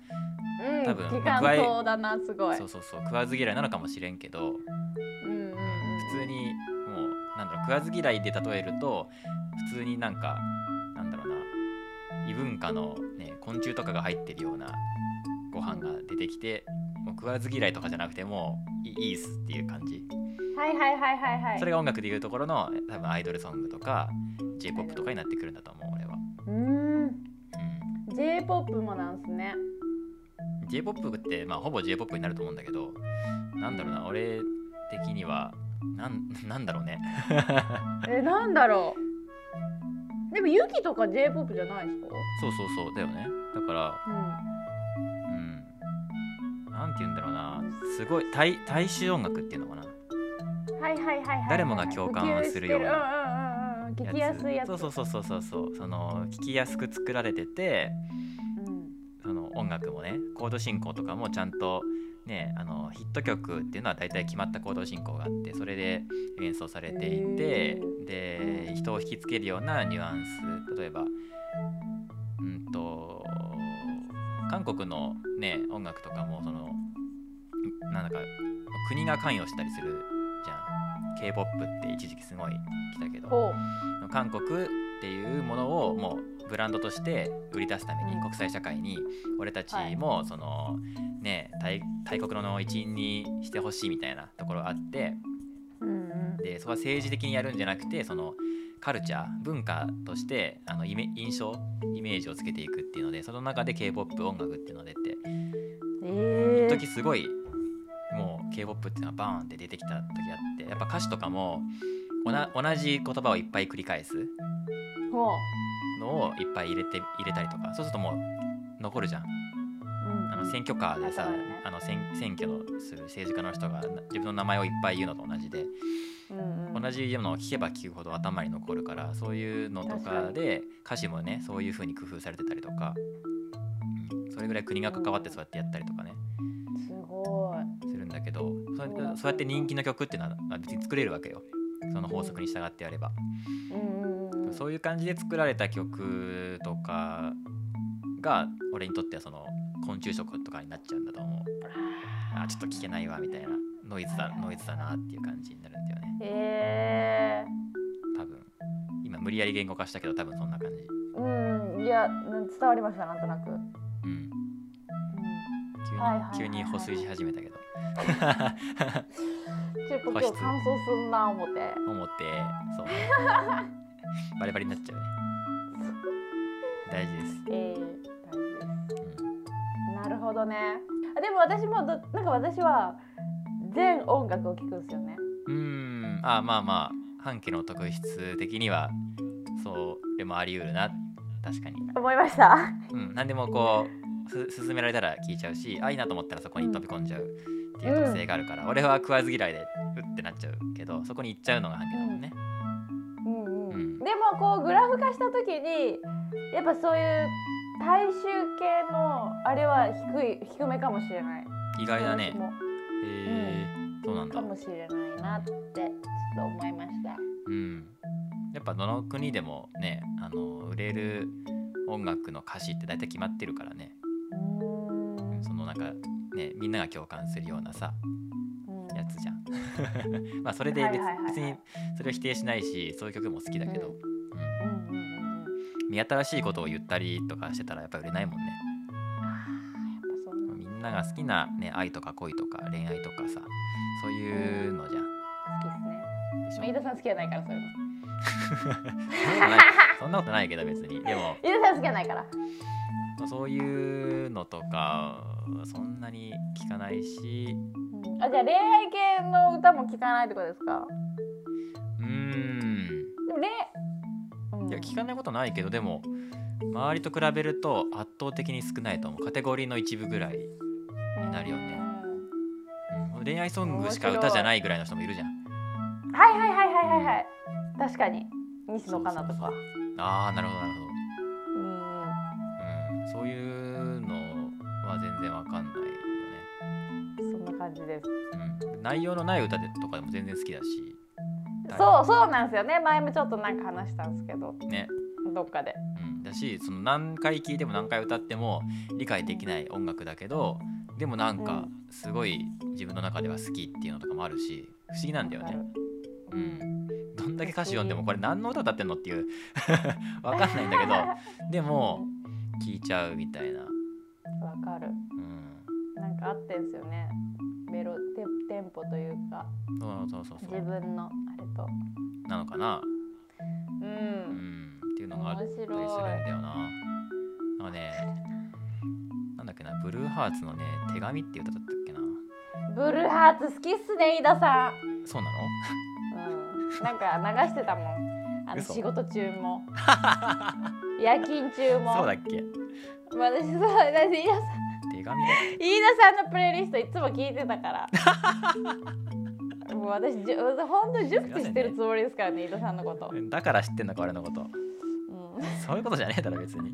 [SPEAKER 1] うん、
[SPEAKER 2] 多分
[SPEAKER 1] 時間そうだなすごい。
[SPEAKER 2] そううそうそう食わず嫌いなのかもしれんけど
[SPEAKER 1] んうんうん、
[SPEAKER 2] 普通にもうなんだろう食わず嫌いで例えると普通になんかなんだろうな異文化の、ね、昆虫とかが入ってるようなご飯が出てきてもう食わず嫌いとかじゃなくてもういいいいっすっていう感じ、
[SPEAKER 1] はいはいはいはいはい。
[SPEAKER 2] それが音楽でいうところの多分アイドルソングとか j p o p とかになってくるんだと思う俺は、
[SPEAKER 1] うーん、
[SPEAKER 2] う
[SPEAKER 1] J-pop もなんですね。
[SPEAKER 2] ん、j p o p って、まあ、ほぼ j p o p になると思うんだけどなんだろうな俺的にはなんなんだろうね
[SPEAKER 1] えなんだろう。でもユキとか J-pop じゃないですか？
[SPEAKER 2] そうそうそうだよねだから
[SPEAKER 1] うん。
[SPEAKER 2] うんなんて言うんだろうなすごい大大衆音楽っていうのかな
[SPEAKER 1] はいはいはいはい。
[SPEAKER 2] 誰もが共感はするよう
[SPEAKER 1] な。うんうんうんうん。聞きやすいやつ。
[SPEAKER 2] そうそうそうそうそうそうその聞きやすく作られてて
[SPEAKER 1] うん。
[SPEAKER 2] その音楽もねコード進行とかもちゃんとねあのヒット曲っていうのは大体決まったコード進行があってそれで演奏されていて
[SPEAKER 1] へ
[SPEAKER 2] で人を引きつけるようなニュアンス例えばうんと韓国のね音楽とかもそのなんだか国が関与したりするじゃん k p o p って一時期すごい来たけど
[SPEAKER 1] ほう。
[SPEAKER 2] 韓国っていうものをもうブランドとして売り出すために
[SPEAKER 1] うん
[SPEAKER 2] 国際社会に俺たちもそのね大大国の一員にしてほしいみたいなところがあって
[SPEAKER 1] うんうん。
[SPEAKER 2] でそこは政治的にやるんじゃなくてそのカルチャー文化としてあのイメ印象イメージをつけていくっていうのでその中で k p o p 音楽っていうのが出て
[SPEAKER 1] え
[SPEAKER 2] 一
[SPEAKER 1] え
[SPEAKER 2] 時すごいもう k p o p っていうのがバーンって出てきた時あってやっぱ歌詞とかもおな同じ言葉をいっぱい繰り返す
[SPEAKER 1] ほう。
[SPEAKER 2] のをいっぱい入れて入れたりとかそうするともう残るじゃん
[SPEAKER 1] うんうん
[SPEAKER 2] あの選挙カーでさ、
[SPEAKER 1] あそうだよね
[SPEAKER 2] あの選選挙のする政治家の人がな自分の名前をいっぱい言うのと同じで
[SPEAKER 1] うんうん、
[SPEAKER 2] 同じものを聞けば聞くほど頭に残るからそういうのとかで歌詞もねそういう風に工夫されてたりとか、うんそれぐらい国が関わってそうやってやったりとかね
[SPEAKER 1] すごい
[SPEAKER 2] するんだけどそ
[SPEAKER 1] そうだ
[SPEAKER 2] うそうやって人気の曲っていうのはまあ別に作れるわけよその法則に従ってやれば。
[SPEAKER 1] うんうんうん
[SPEAKER 2] そういう感じで作られた曲とかが俺にとってはその昆虫食とかになっちゃうんだと思うあーちょっと聞けないわみたいなノイズだノイズだなっていう感じになるんだよね
[SPEAKER 1] え
[SPEAKER 2] 多分今無理やり言語化したけど多分そんな感じ
[SPEAKER 1] ー、うんいやうん伝わりましたなんとなく、うん
[SPEAKER 2] うん
[SPEAKER 1] はいはいは
[SPEAKER 2] 急に、
[SPEAKER 1] いはい
[SPEAKER 2] 急に補水し始めたけど
[SPEAKER 1] ち ょっと今
[SPEAKER 2] 保
[SPEAKER 1] 日
[SPEAKER 2] 湿
[SPEAKER 1] 乾燥すんな思って
[SPEAKER 2] 思ってそうバリバリになっちゃうね大事です、
[SPEAKER 1] えー、大事です
[SPEAKER 2] うん
[SPEAKER 1] なるほどねあでも私もどなんか私は全音楽を聴くんですよね
[SPEAKER 2] うーんあまあまあ半期の特質的にはそれもあり得るな確かに、
[SPEAKER 1] 思いました
[SPEAKER 2] うん、何でもこうす勧められたら聞いちゃうしあいいなと思ったらそこに飛び込んじゃうっていう特性があるから、俺は食わず嫌いでうってなっちゃうけどそこに行っちゃうのが半期だもんね、
[SPEAKER 1] うんう、
[SPEAKER 2] うんん
[SPEAKER 1] でもこうグラフ化した時にやっぱそういう大衆系のあれは低い低めかもしれない
[SPEAKER 2] 意外だね
[SPEAKER 1] 私も
[SPEAKER 2] へえそうなんだ
[SPEAKER 1] かもしれないなってちょっと思いました
[SPEAKER 2] うんやっぱどの国でもねあの売れる音楽の歌詞って大体決まってるからね
[SPEAKER 1] う
[SPEAKER 2] そのなんかねみんなが共感するようなさ
[SPEAKER 1] んうん
[SPEAKER 2] やつじゃ んまあそれで
[SPEAKER 1] はい
[SPEAKER 2] 別,、
[SPEAKER 1] はいはいはい
[SPEAKER 2] 別にそれを否定しないしそういう曲も好きだけど、
[SPEAKER 1] う
[SPEAKER 2] う
[SPEAKER 1] うんうんうんうん
[SPEAKER 2] ん見新しいことを言ったりとかしてたらやっぱ売れないもんね
[SPEAKER 1] やっぱそうなんだ
[SPEAKER 2] みんなが好きな、ね、愛とか恋とか恋愛とかさそういうのじゃん
[SPEAKER 1] 好きですね
[SPEAKER 2] でしょ
[SPEAKER 1] まあ飯田さん好きじゃないからそういうの
[SPEAKER 2] そんなことないそんなことないけど別にでも
[SPEAKER 1] 飯田さん好きじゃないから
[SPEAKER 2] まあそういうのとかそんなに聞かないし
[SPEAKER 1] うんあじゃあ恋愛系の歌も聴かないってことですか
[SPEAKER 2] うーん
[SPEAKER 1] でも恋、うん、
[SPEAKER 2] いや聞かないことないけどでも周りと比べると圧倒的に少ないと思うカテゴリーの一部ぐらいになるよねうん恋愛ソングしか歌じゃないぐらいの人もいるじゃん
[SPEAKER 1] うんはいはいはいはいはいはい確かに西野カナとか
[SPEAKER 2] あーなるほどなるほど、
[SPEAKER 1] うん
[SPEAKER 2] うん、そういうのは全然わかんないよね、
[SPEAKER 1] そんな感じです
[SPEAKER 2] うん、内容のない歌でとかでも全然好きだし
[SPEAKER 1] そうそうなんですよね前もちょっとなんか話したんですけど
[SPEAKER 2] ね、
[SPEAKER 1] どっかで
[SPEAKER 2] うん、だしその何回聴いても何回歌っても理解できない音楽だけどでもなんかすごい自分の中では好きっていうのとかもあるし不思議なんだよね
[SPEAKER 1] わかる
[SPEAKER 2] う
[SPEAKER 1] うん
[SPEAKER 2] ん、どんだけ歌詞読んでもこれ何の歌歌ってんのっていう わかんないんだけどでも聴いちゃうみたいな、
[SPEAKER 1] わかる
[SPEAKER 2] うん、
[SPEAKER 1] なんかあってんすよねメロテテンポというか
[SPEAKER 2] そうそうそうそ
[SPEAKER 1] 自
[SPEAKER 2] う
[SPEAKER 1] 分のあれと
[SPEAKER 2] なのかな、
[SPEAKER 1] う
[SPEAKER 2] うんん、っていうのがあったりす
[SPEAKER 1] 面
[SPEAKER 2] るんだ
[SPEAKER 1] 白い
[SPEAKER 2] よな。なんかねなんだっけなブルーハーツのね「手紙」っていう歌だったっけな
[SPEAKER 1] ブルーハーツ好きっすね飯田さん
[SPEAKER 2] そうなの
[SPEAKER 1] うんなんか流してたもんあの
[SPEAKER 2] 嘘
[SPEAKER 1] 仕事中 も夜勤中も
[SPEAKER 2] そうだっけ
[SPEAKER 1] 私そう私飯田さん
[SPEAKER 2] 手紙だっけ
[SPEAKER 1] 飯田さんのプレイリストいつも聞いてたからもう私じゅほんと熟知してるつもりですからね飯田さんのこと、うん、
[SPEAKER 2] だから知ってんのか俺のことそういうことじゃねえだろ別に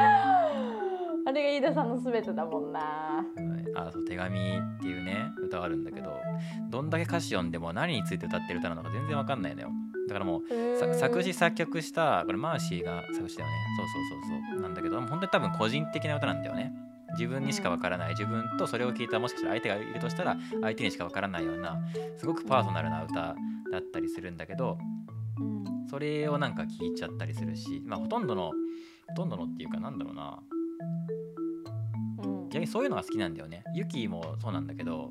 [SPEAKER 1] あれが飯田さんの全てだもんな
[SPEAKER 2] うんあそう「手紙」っていうね歌があるんだけどどんだけ歌詞読んでも何について歌ってる歌なのか全然わかんないのよだからもうさ作詞作曲したこれマーシーが作詞だよねそうそうそうそうなんだけど本当に多分個人的な歌なんだよね自分にしかわからない自分とそれを聞いたもしかしたら相手がいるとしたら相手にしかわからないようなすごくパーソナルな歌だったりするんだけど
[SPEAKER 1] うん
[SPEAKER 2] それをなんか聞いちゃったりするしまあほとんどのほとんどのっていうかなんだろうな
[SPEAKER 1] うん
[SPEAKER 2] 逆にそういうのが好きなんだよねユキもそうなんだけど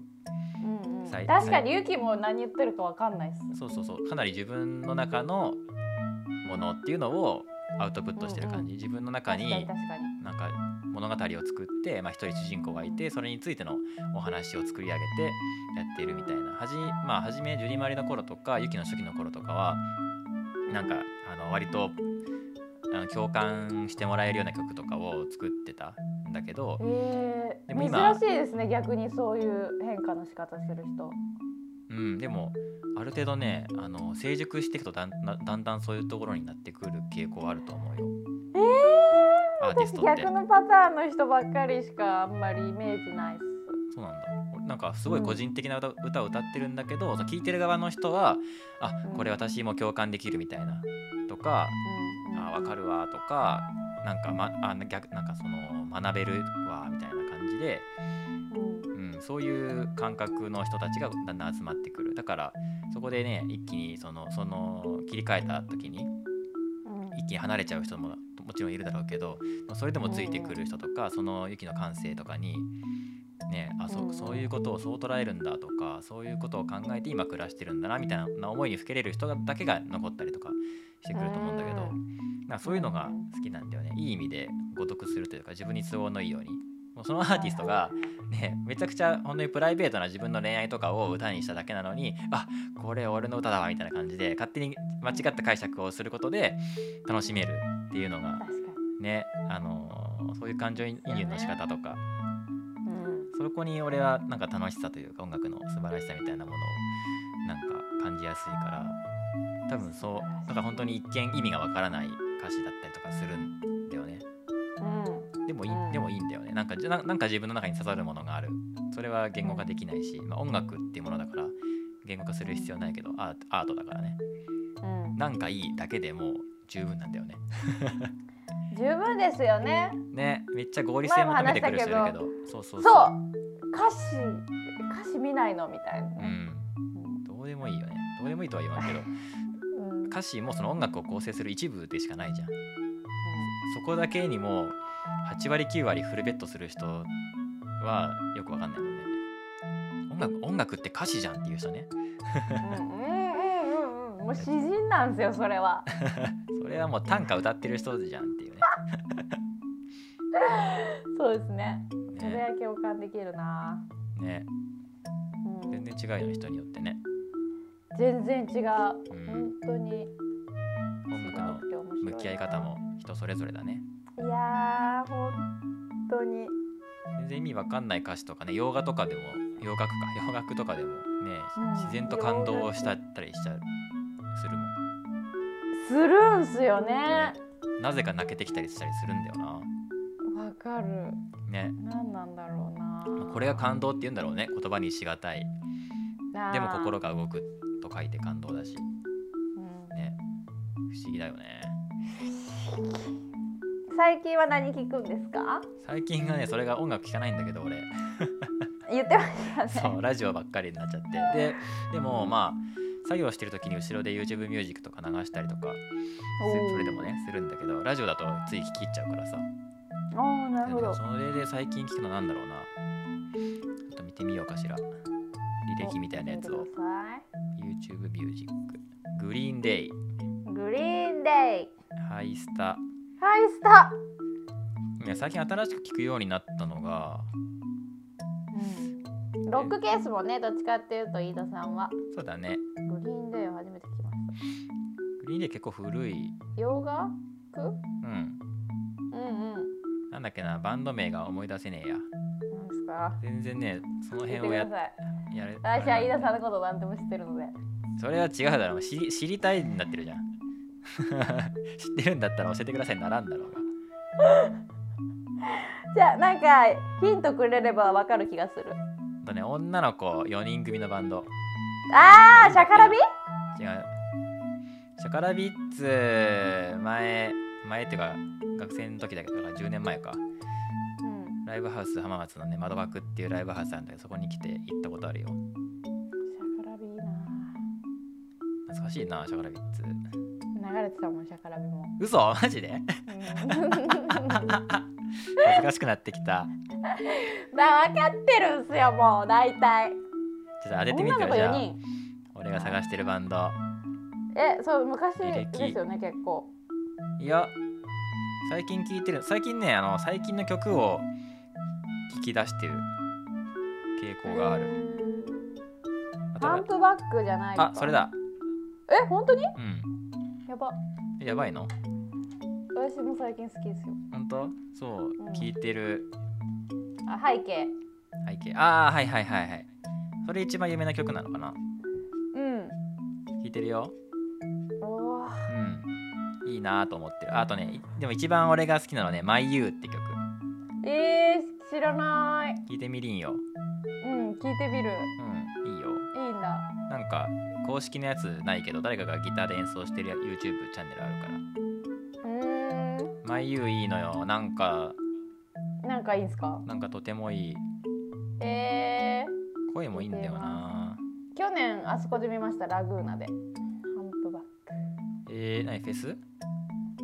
[SPEAKER 1] うんうん
[SPEAKER 2] さい
[SPEAKER 1] 確かにユキも何言ってるかわかんないっす
[SPEAKER 2] そうそうそうかなり自分の中のものっていうのをアウトプットしてる感じ、自分の中
[SPEAKER 1] 確か
[SPEAKER 2] に
[SPEAKER 1] に確かに
[SPEAKER 2] なんか物語を作って、まあ、一人主人公がいてそれについてのお話を作り上げてやっているみたいなはじ,、まあ、はじめジュリマリの頃とかユキの初期の頃とかはなんかあの割とあの共感してもらえるような曲とかを作ってたんだけど、
[SPEAKER 1] え
[SPEAKER 2] で
[SPEAKER 1] え
[SPEAKER 2] も今
[SPEAKER 1] 珍しいですね逆にそういう変化の仕方する人
[SPEAKER 2] うん、でもある程度ねあの成熟していくとだんだんだんだんそういうところになってくる傾向はあると思うよ
[SPEAKER 1] え
[SPEAKER 2] ア
[SPEAKER 1] え
[SPEAKER 2] ーティス
[SPEAKER 1] 私
[SPEAKER 2] トって
[SPEAKER 1] 逆のパターンの人ばっかりしかあんまりイメージないっす
[SPEAKER 2] そうなんだ俺なんかすごい個人的な歌,、歌を歌ってるんだけどその聴いてる側の人はあこれ私も共感できるみたいなとか、
[SPEAKER 1] うん
[SPEAKER 2] あ分かるわとかなんか、ま、あ逆なんかその学べるわみたいな感じで、
[SPEAKER 1] うん
[SPEAKER 2] うん、そういう感覚の人たちがだんだん集まってくるだからそこでね一気にそのその切り替えた時に
[SPEAKER 1] うん
[SPEAKER 2] 一気に離れちゃう人ももちろんいるだろうけどまあそれでもついてくる人とか、そのユキの感性とかに、ね、あ
[SPEAKER 1] うん
[SPEAKER 2] そ
[SPEAKER 1] うん
[SPEAKER 2] そういうことをそう捉えるんだとかそういうことを考えて今暮らしてるんだなみたいな思いにふけれる人だけが残ったりとかしてくると思うんだけど、
[SPEAKER 1] うん
[SPEAKER 2] なんかそういうのが好きなんだよねいい意味で誤読するというか自分に都合のいいように。もうそのアーティストが、ね、めちゃくちゃ本当にプライベートな自分の恋愛とかを歌にしただけなのにあこれ俺の歌だわみたいな感じで勝手に間違った解釈をすることで楽しめるっていうのが
[SPEAKER 1] 確か
[SPEAKER 2] ねあのーそういう感情移入の仕方とか
[SPEAKER 1] に、うん
[SPEAKER 2] そこに俺はなんか楽しさというか音楽の素晴らしさみたいなものをなんか感じやすいから多分そうなんか本当に一見意味がわからない歌詞だったりとかするんだよね
[SPEAKER 1] うん
[SPEAKER 2] でもいい
[SPEAKER 1] うん
[SPEAKER 2] でもいいんだよねなんかじゃななんか自分の中に刺さるものがあるそれは言語化できないし、まあ、音楽っていうものだから言語化する必要ないけどアートアートだからね
[SPEAKER 1] うん
[SPEAKER 2] なんかいいだけでもう十分なんだよね
[SPEAKER 1] 十分ですよね。
[SPEAKER 2] ねめっちゃ合理性求めてくる人いるけどそうそ
[SPEAKER 1] そうう
[SPEAKER 2] そう
[SPEAKER 1] 歌詞歌詞見ないのみたいな
[SPEAKER 2] う
[SPEAKER 1] ね。
[SPEAKER 2] んどうでもいいよねどうでもいいとは言わんけど
[SPEAKER 1] うんうん
[SPEAKER 2] 歌詞もその音楽を構成する一部でしかないじゃんそこだけにもう8割9割フルベットする人はよくわかんないもんね音楽音楽って歌詞じゃんっていう人ね
[SPEAKER 1] うんうんうんうんうんもう詩人なんですよそれ は。
[SPEAKER 2] それはもう短歌歌ってる人じゃんっていうね
[SPEAKER 1] そうですね。それ
[SPEAKER 2] ね
[SPEAKER 1] は共感できるな。
[SPEAKER 2] ね
[SPEAKER 1] うん
[SPEAKER 2] 全然違うよね人によってね
[SPEAKER 1] 全然違う。本
[SPEAKER 2] うん
[SPEAKER 1] 当に違う
[SPEAKER 2] 音楽の
[SPEAKER 1] って面白いな
[SPEAKER 2] 向き合い方。も人それぞれだね
[SPEAKER 1] いやー本当に。
[SPEAKER 2] 全然意味わかんない歌詞とかね洋画とかでも洋楽か洋楽とかでもね、
[SPEAKER 1] うん
[SPEAKER 2] 自然と感動したったりしちゃうするもん
[SPEAKER 1] するんすよね。
[SPEAKER 2] なぜか泣けてきたりしたりするんだよな
[SPEAKER 1] わかる。
[SPEAKER 2] ね
[SPEAKER 1] 何なんだろうな。
[SPEAKER 2] まあこれが感動って言うんだろうね言葉にしがたい
[SPEAKER 1] あー
[SPEAKER 2] でも心が動くと書いて感動だし
[SPEAKER 1] うん
[SPEAKER 2] ね不思議だよね
[SPEAKER 1] 最近は何聞くんですか
[SPEAKER 2] 最近がねそれが音楽聴かないんだけど 俺
[SPEAKER 1] 言ってましたね
[SPEAKER 2] そうラジオばっかりになっちゃってででもまあ作業してる時に後ろで YouTube ミュージックとか流したりとか
[SPEAKER 1] お
[SPEAKER 2] す
[SPEAKER 1] ー
[SPEAKER 2] それでもねするんだけどラジオだとつい聞き入っちゃうからさ
[SPEAKER 1] ああなるほど
[SPEAKER 2] それで最近聞くのなんだろうなちょっと見てみようかしら履歴みたいなやつ
[SPEAKER 1] お
[SPEAKER 2] を
[SPEAKER 1] 見てください
[SPEAKER 2] YouTube ミュージックグリーンデイ
[SPEAKER 1] グリーンデイ
[SPEAKER 2] ハイスタ
[SPEAKER 1] ハイスタ、
[SPEAKER 2] ね最近新しく聞くようになったのが
[SPEAKER 1] ロックケースもねどっちかっていうと飯田さんは
[SPEAKER 2] そうだね
[SPEAKER 1] グリーンデイを初めて聞きまし
[SPEAKER 2] グリーンデイ結構古い
[SPEAKER 1] た洋楽
[SPEAKER 2] うん
[SPEAKER 1] うんうん
[SPEAKER 2] なんだっけなバンド名が思い出せねえや
[SPEAKER 1] なんですか
[SPEAKER 2] 全然ねその
[SPEAKER 1] 言っ
[SPEAKER 2] 辺
[SPEAKER 1] て
[SPEAKER 2] を
[SPEAKER 1] く
[SPEAKER 2] や
[SPEAKER 1] ださい
[SPEAKER 2] やれ
[SPEAKER 1] 私は飯田さんのこと何でも知ってるので
[SPEAKER 2] それは違うだろう知り知りたいになってるじゃん 知ってるんだったら教えてくださいにならんだろうが
[SPEAKER 1] じゃあなんかヒントくれればわかる気がする
[SPEAKER 2] ほんとね女の子4人組のバンド
[SPEAKER 1] ああシャカラビ
[SPEAKER 2] 違うシャカラビッツ前前っていうか学生の時だけどだから10年前か
[SPEAKER 1] うん
[SPEAKER 2] ライブハウス浜松のね窓枠っていうライブハウスなんだけどそこに来て行ったことあるよ
[SPEAKER 1] シャカラビいいな
[SPEAKER 2] 懐かしいなシャカラビッツ
[SPEAKER 1] 流れてたもんシャカラビも、
[SPEAKER 2] 嘘マジで
[SPEAKER 1] うん
[SPEAKER 2] 恥ずかしくなってき
[SPEAKER 1] だ
[SPEAKER 2] た
[SPEAKER 1] 分かってるんすよもう大体
[SPEAKER 2] ちょっと当ててみ
[SPEAKER 1] 女
[SPEAKER 2] て
[SPEAKER 1] の子4
[SPEAKER 2] よじゃあ
[SPEAKER 1] 人
[SPEAKER 2] 俺が探してるバンド
[SPEAKER 1] えそう昔
[SPEAKER 2] 履歴
[SPEAKER 1] ですよね結構
[SPEAKER 2] いや最近聴いてる最近ねあの最近の曲を聴き出してる傾向があるあ
[SPEAKER 1] パンプバックじゃないか
[SPEAKER 2] あそれだ
[SPEAKER 1] え本当に
[SPEAKER 2] うん
[SPEAKER 1] やば
[SPEAKER 2] やばいの
[SPEAKER 1] 私も最近好きですよ
[SPEAKER 2] 本当そう、
[SPEAKER 1] うん
[SPEAKER 2] 聞いてる
[SPEAKER 1] あ背景
[SPEAKER 2] 背景ああはいはいはいはいそれ一番有名な曲なのかな
[SPEAKER 1] うん
[SPEAKER 2] 聞いてるよ
[SPEAKER 1] おー
[SPEAKER 2] うんいいなーと思ってるあとねいでも一番俺が好きなのはね「MyYou」って曲
[SPEAKER 1] えー、知らない
[SPEAKER 2] 聞いてみりんよ
[SPEAKER 1] うん聞いてみる
[SPEAKER 2] うんいいよ
[SPEAKER 1] いいんだ
[SPEAKER 2] なんか公式のやつないけど誰かがギターで演奏してる YouTube チャンネルあるから
[SPEAKER 1] うーん
[SPEAKER 2] 「MyYou」いいのよなんか
[SPEAKER 1] なんかいいんすか
[SPEAKER 2] なんかとてもいい
[SPEAKER 1] えー、
[SPEAKER 2] 声もいいんだよな
[SPEAKER 1] 去年あそこで見ましたラグーナでハンプバック
[SPEAKER 2] えー、何フェス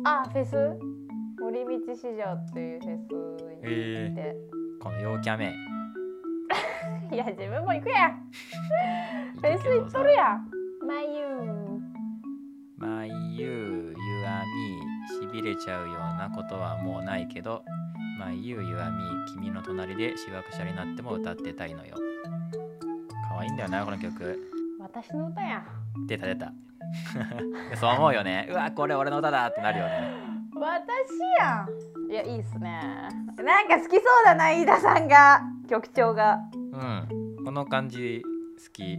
[SPEAKER 1] あフェス森道市場っていうフェスに行って、
[SPEAKER 2] この陽キャめ
[SPEAKER 1] いや自分も行くやん
[SPEAKER 2] フ
[SPEAKER 1] フェス行っとるやんまゆ
[SPEAKER 2] My you, you are me しびれちゃうようなことはもうないけど My you, you are me 君の隣でしわくしゃになっても歌ってたいのよ可愛いんだよなこの曲
[SPEAKER 1] 私の歌やん
[SPEAKER 2] 出た出 たそう思うよねうわこれ俺の歌だってなるよね
[SPEAKER 1] 私やんいやいいっすねなんか好きそうだな飯田さんが曲調が
[SPEAKER 2] うんこの感じ好き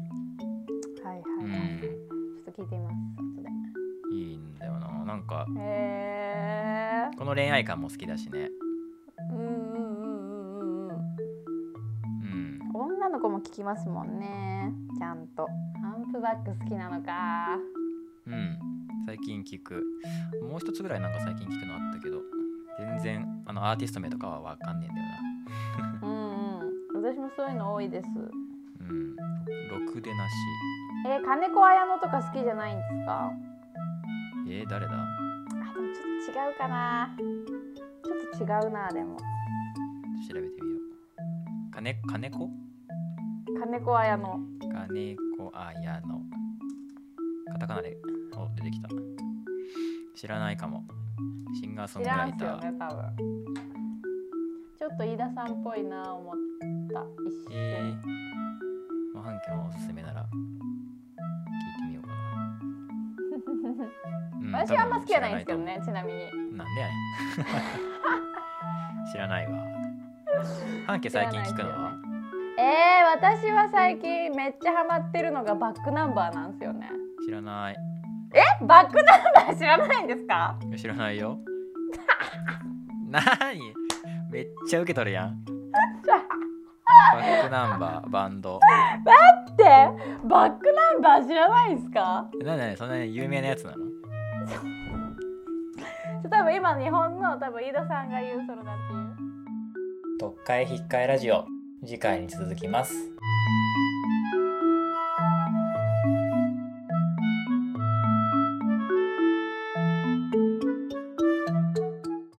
[SPEAKER 1] はいはい、
[SPEAKER 2] うん
[SPEAKER 1] ちょっと聞いてみます後で
[SPEAKER 2] いいんだよななんか
[SPEAKER 1] へえ
[SPEAKER 2] この恋愛感も好きだしね
[SPEAKER 1] うんうんうんうんうんうん
[SPEAKER 2] うん
[SPEAKER 1] 女の子も聞きますもんねちゃんとハンプバック好きなのか
[SPEAKER 2] うん最近聞くもう一つぐらいなんか最近聞くのあったけど全然あのアーティスト名とかはわかんねえんだよ
[SPEAKER 1] うんうん私もそういうの多いです
[SPEAKER 2] なうんろくでなし
[SPEAKER 1] えー、金子綾乃とか好きじゃないんですか
[SPEAKER 2] えー、誰だ
[SPEAKER 1] あでもちょっと違うかなちょっと違うなでも
[SPEAKER 2] 調べてみよう金金子
[SPEAKER 1] 金子綾乃
[SPEAKER 2] 金子綾乃カタカナでお出てきた知らないかもシンガーソン
[SPEAKER 1] 知
[SPEAKER 2] グラ
[SPEAKER 1] ら
[SPEAKER 2] イ
[SPEAKER 1] んす
[SPEAKER 2] タ
[SPEAKER 1] よ
[SPEAKER 2] ー、
[SPEAKER 1] ね多分ちょっと飯田さんっぽいな思った一瞬、
[SPEAKER 2] えー、半家のおすすめなら聞いてみようか な、
[SPEAKER 1] 私はあんま好きじゃないんですけど
[SPEAKER 2] ね
[SPEAKER 1] ねちなみに
[SPEAKER 2] なん でやねん知らないわ半家最近聞くのは、
[SPEAKER 1] えー、私は最近めっちゃハマってるのがバックナンバーなんですよね
[SPEAKER 2] 知らない
[SPEAKER 1] えバックナンバー知らないんですか
[SPEAKER 2] いや知らないよなーにめっちゃ受け取るやんバックナンバーバンド
[SPEAKER 1] ってバックナンバー知らないんですか
[SPEAKER 2] えなんでなんでそんなに有名なやつなの
[SPEAKER 1] ちょ多分今日本の多分飯田さんが言うソロだっていう
[SPEAKER 2] 特会引っかえラジオ次回に続きます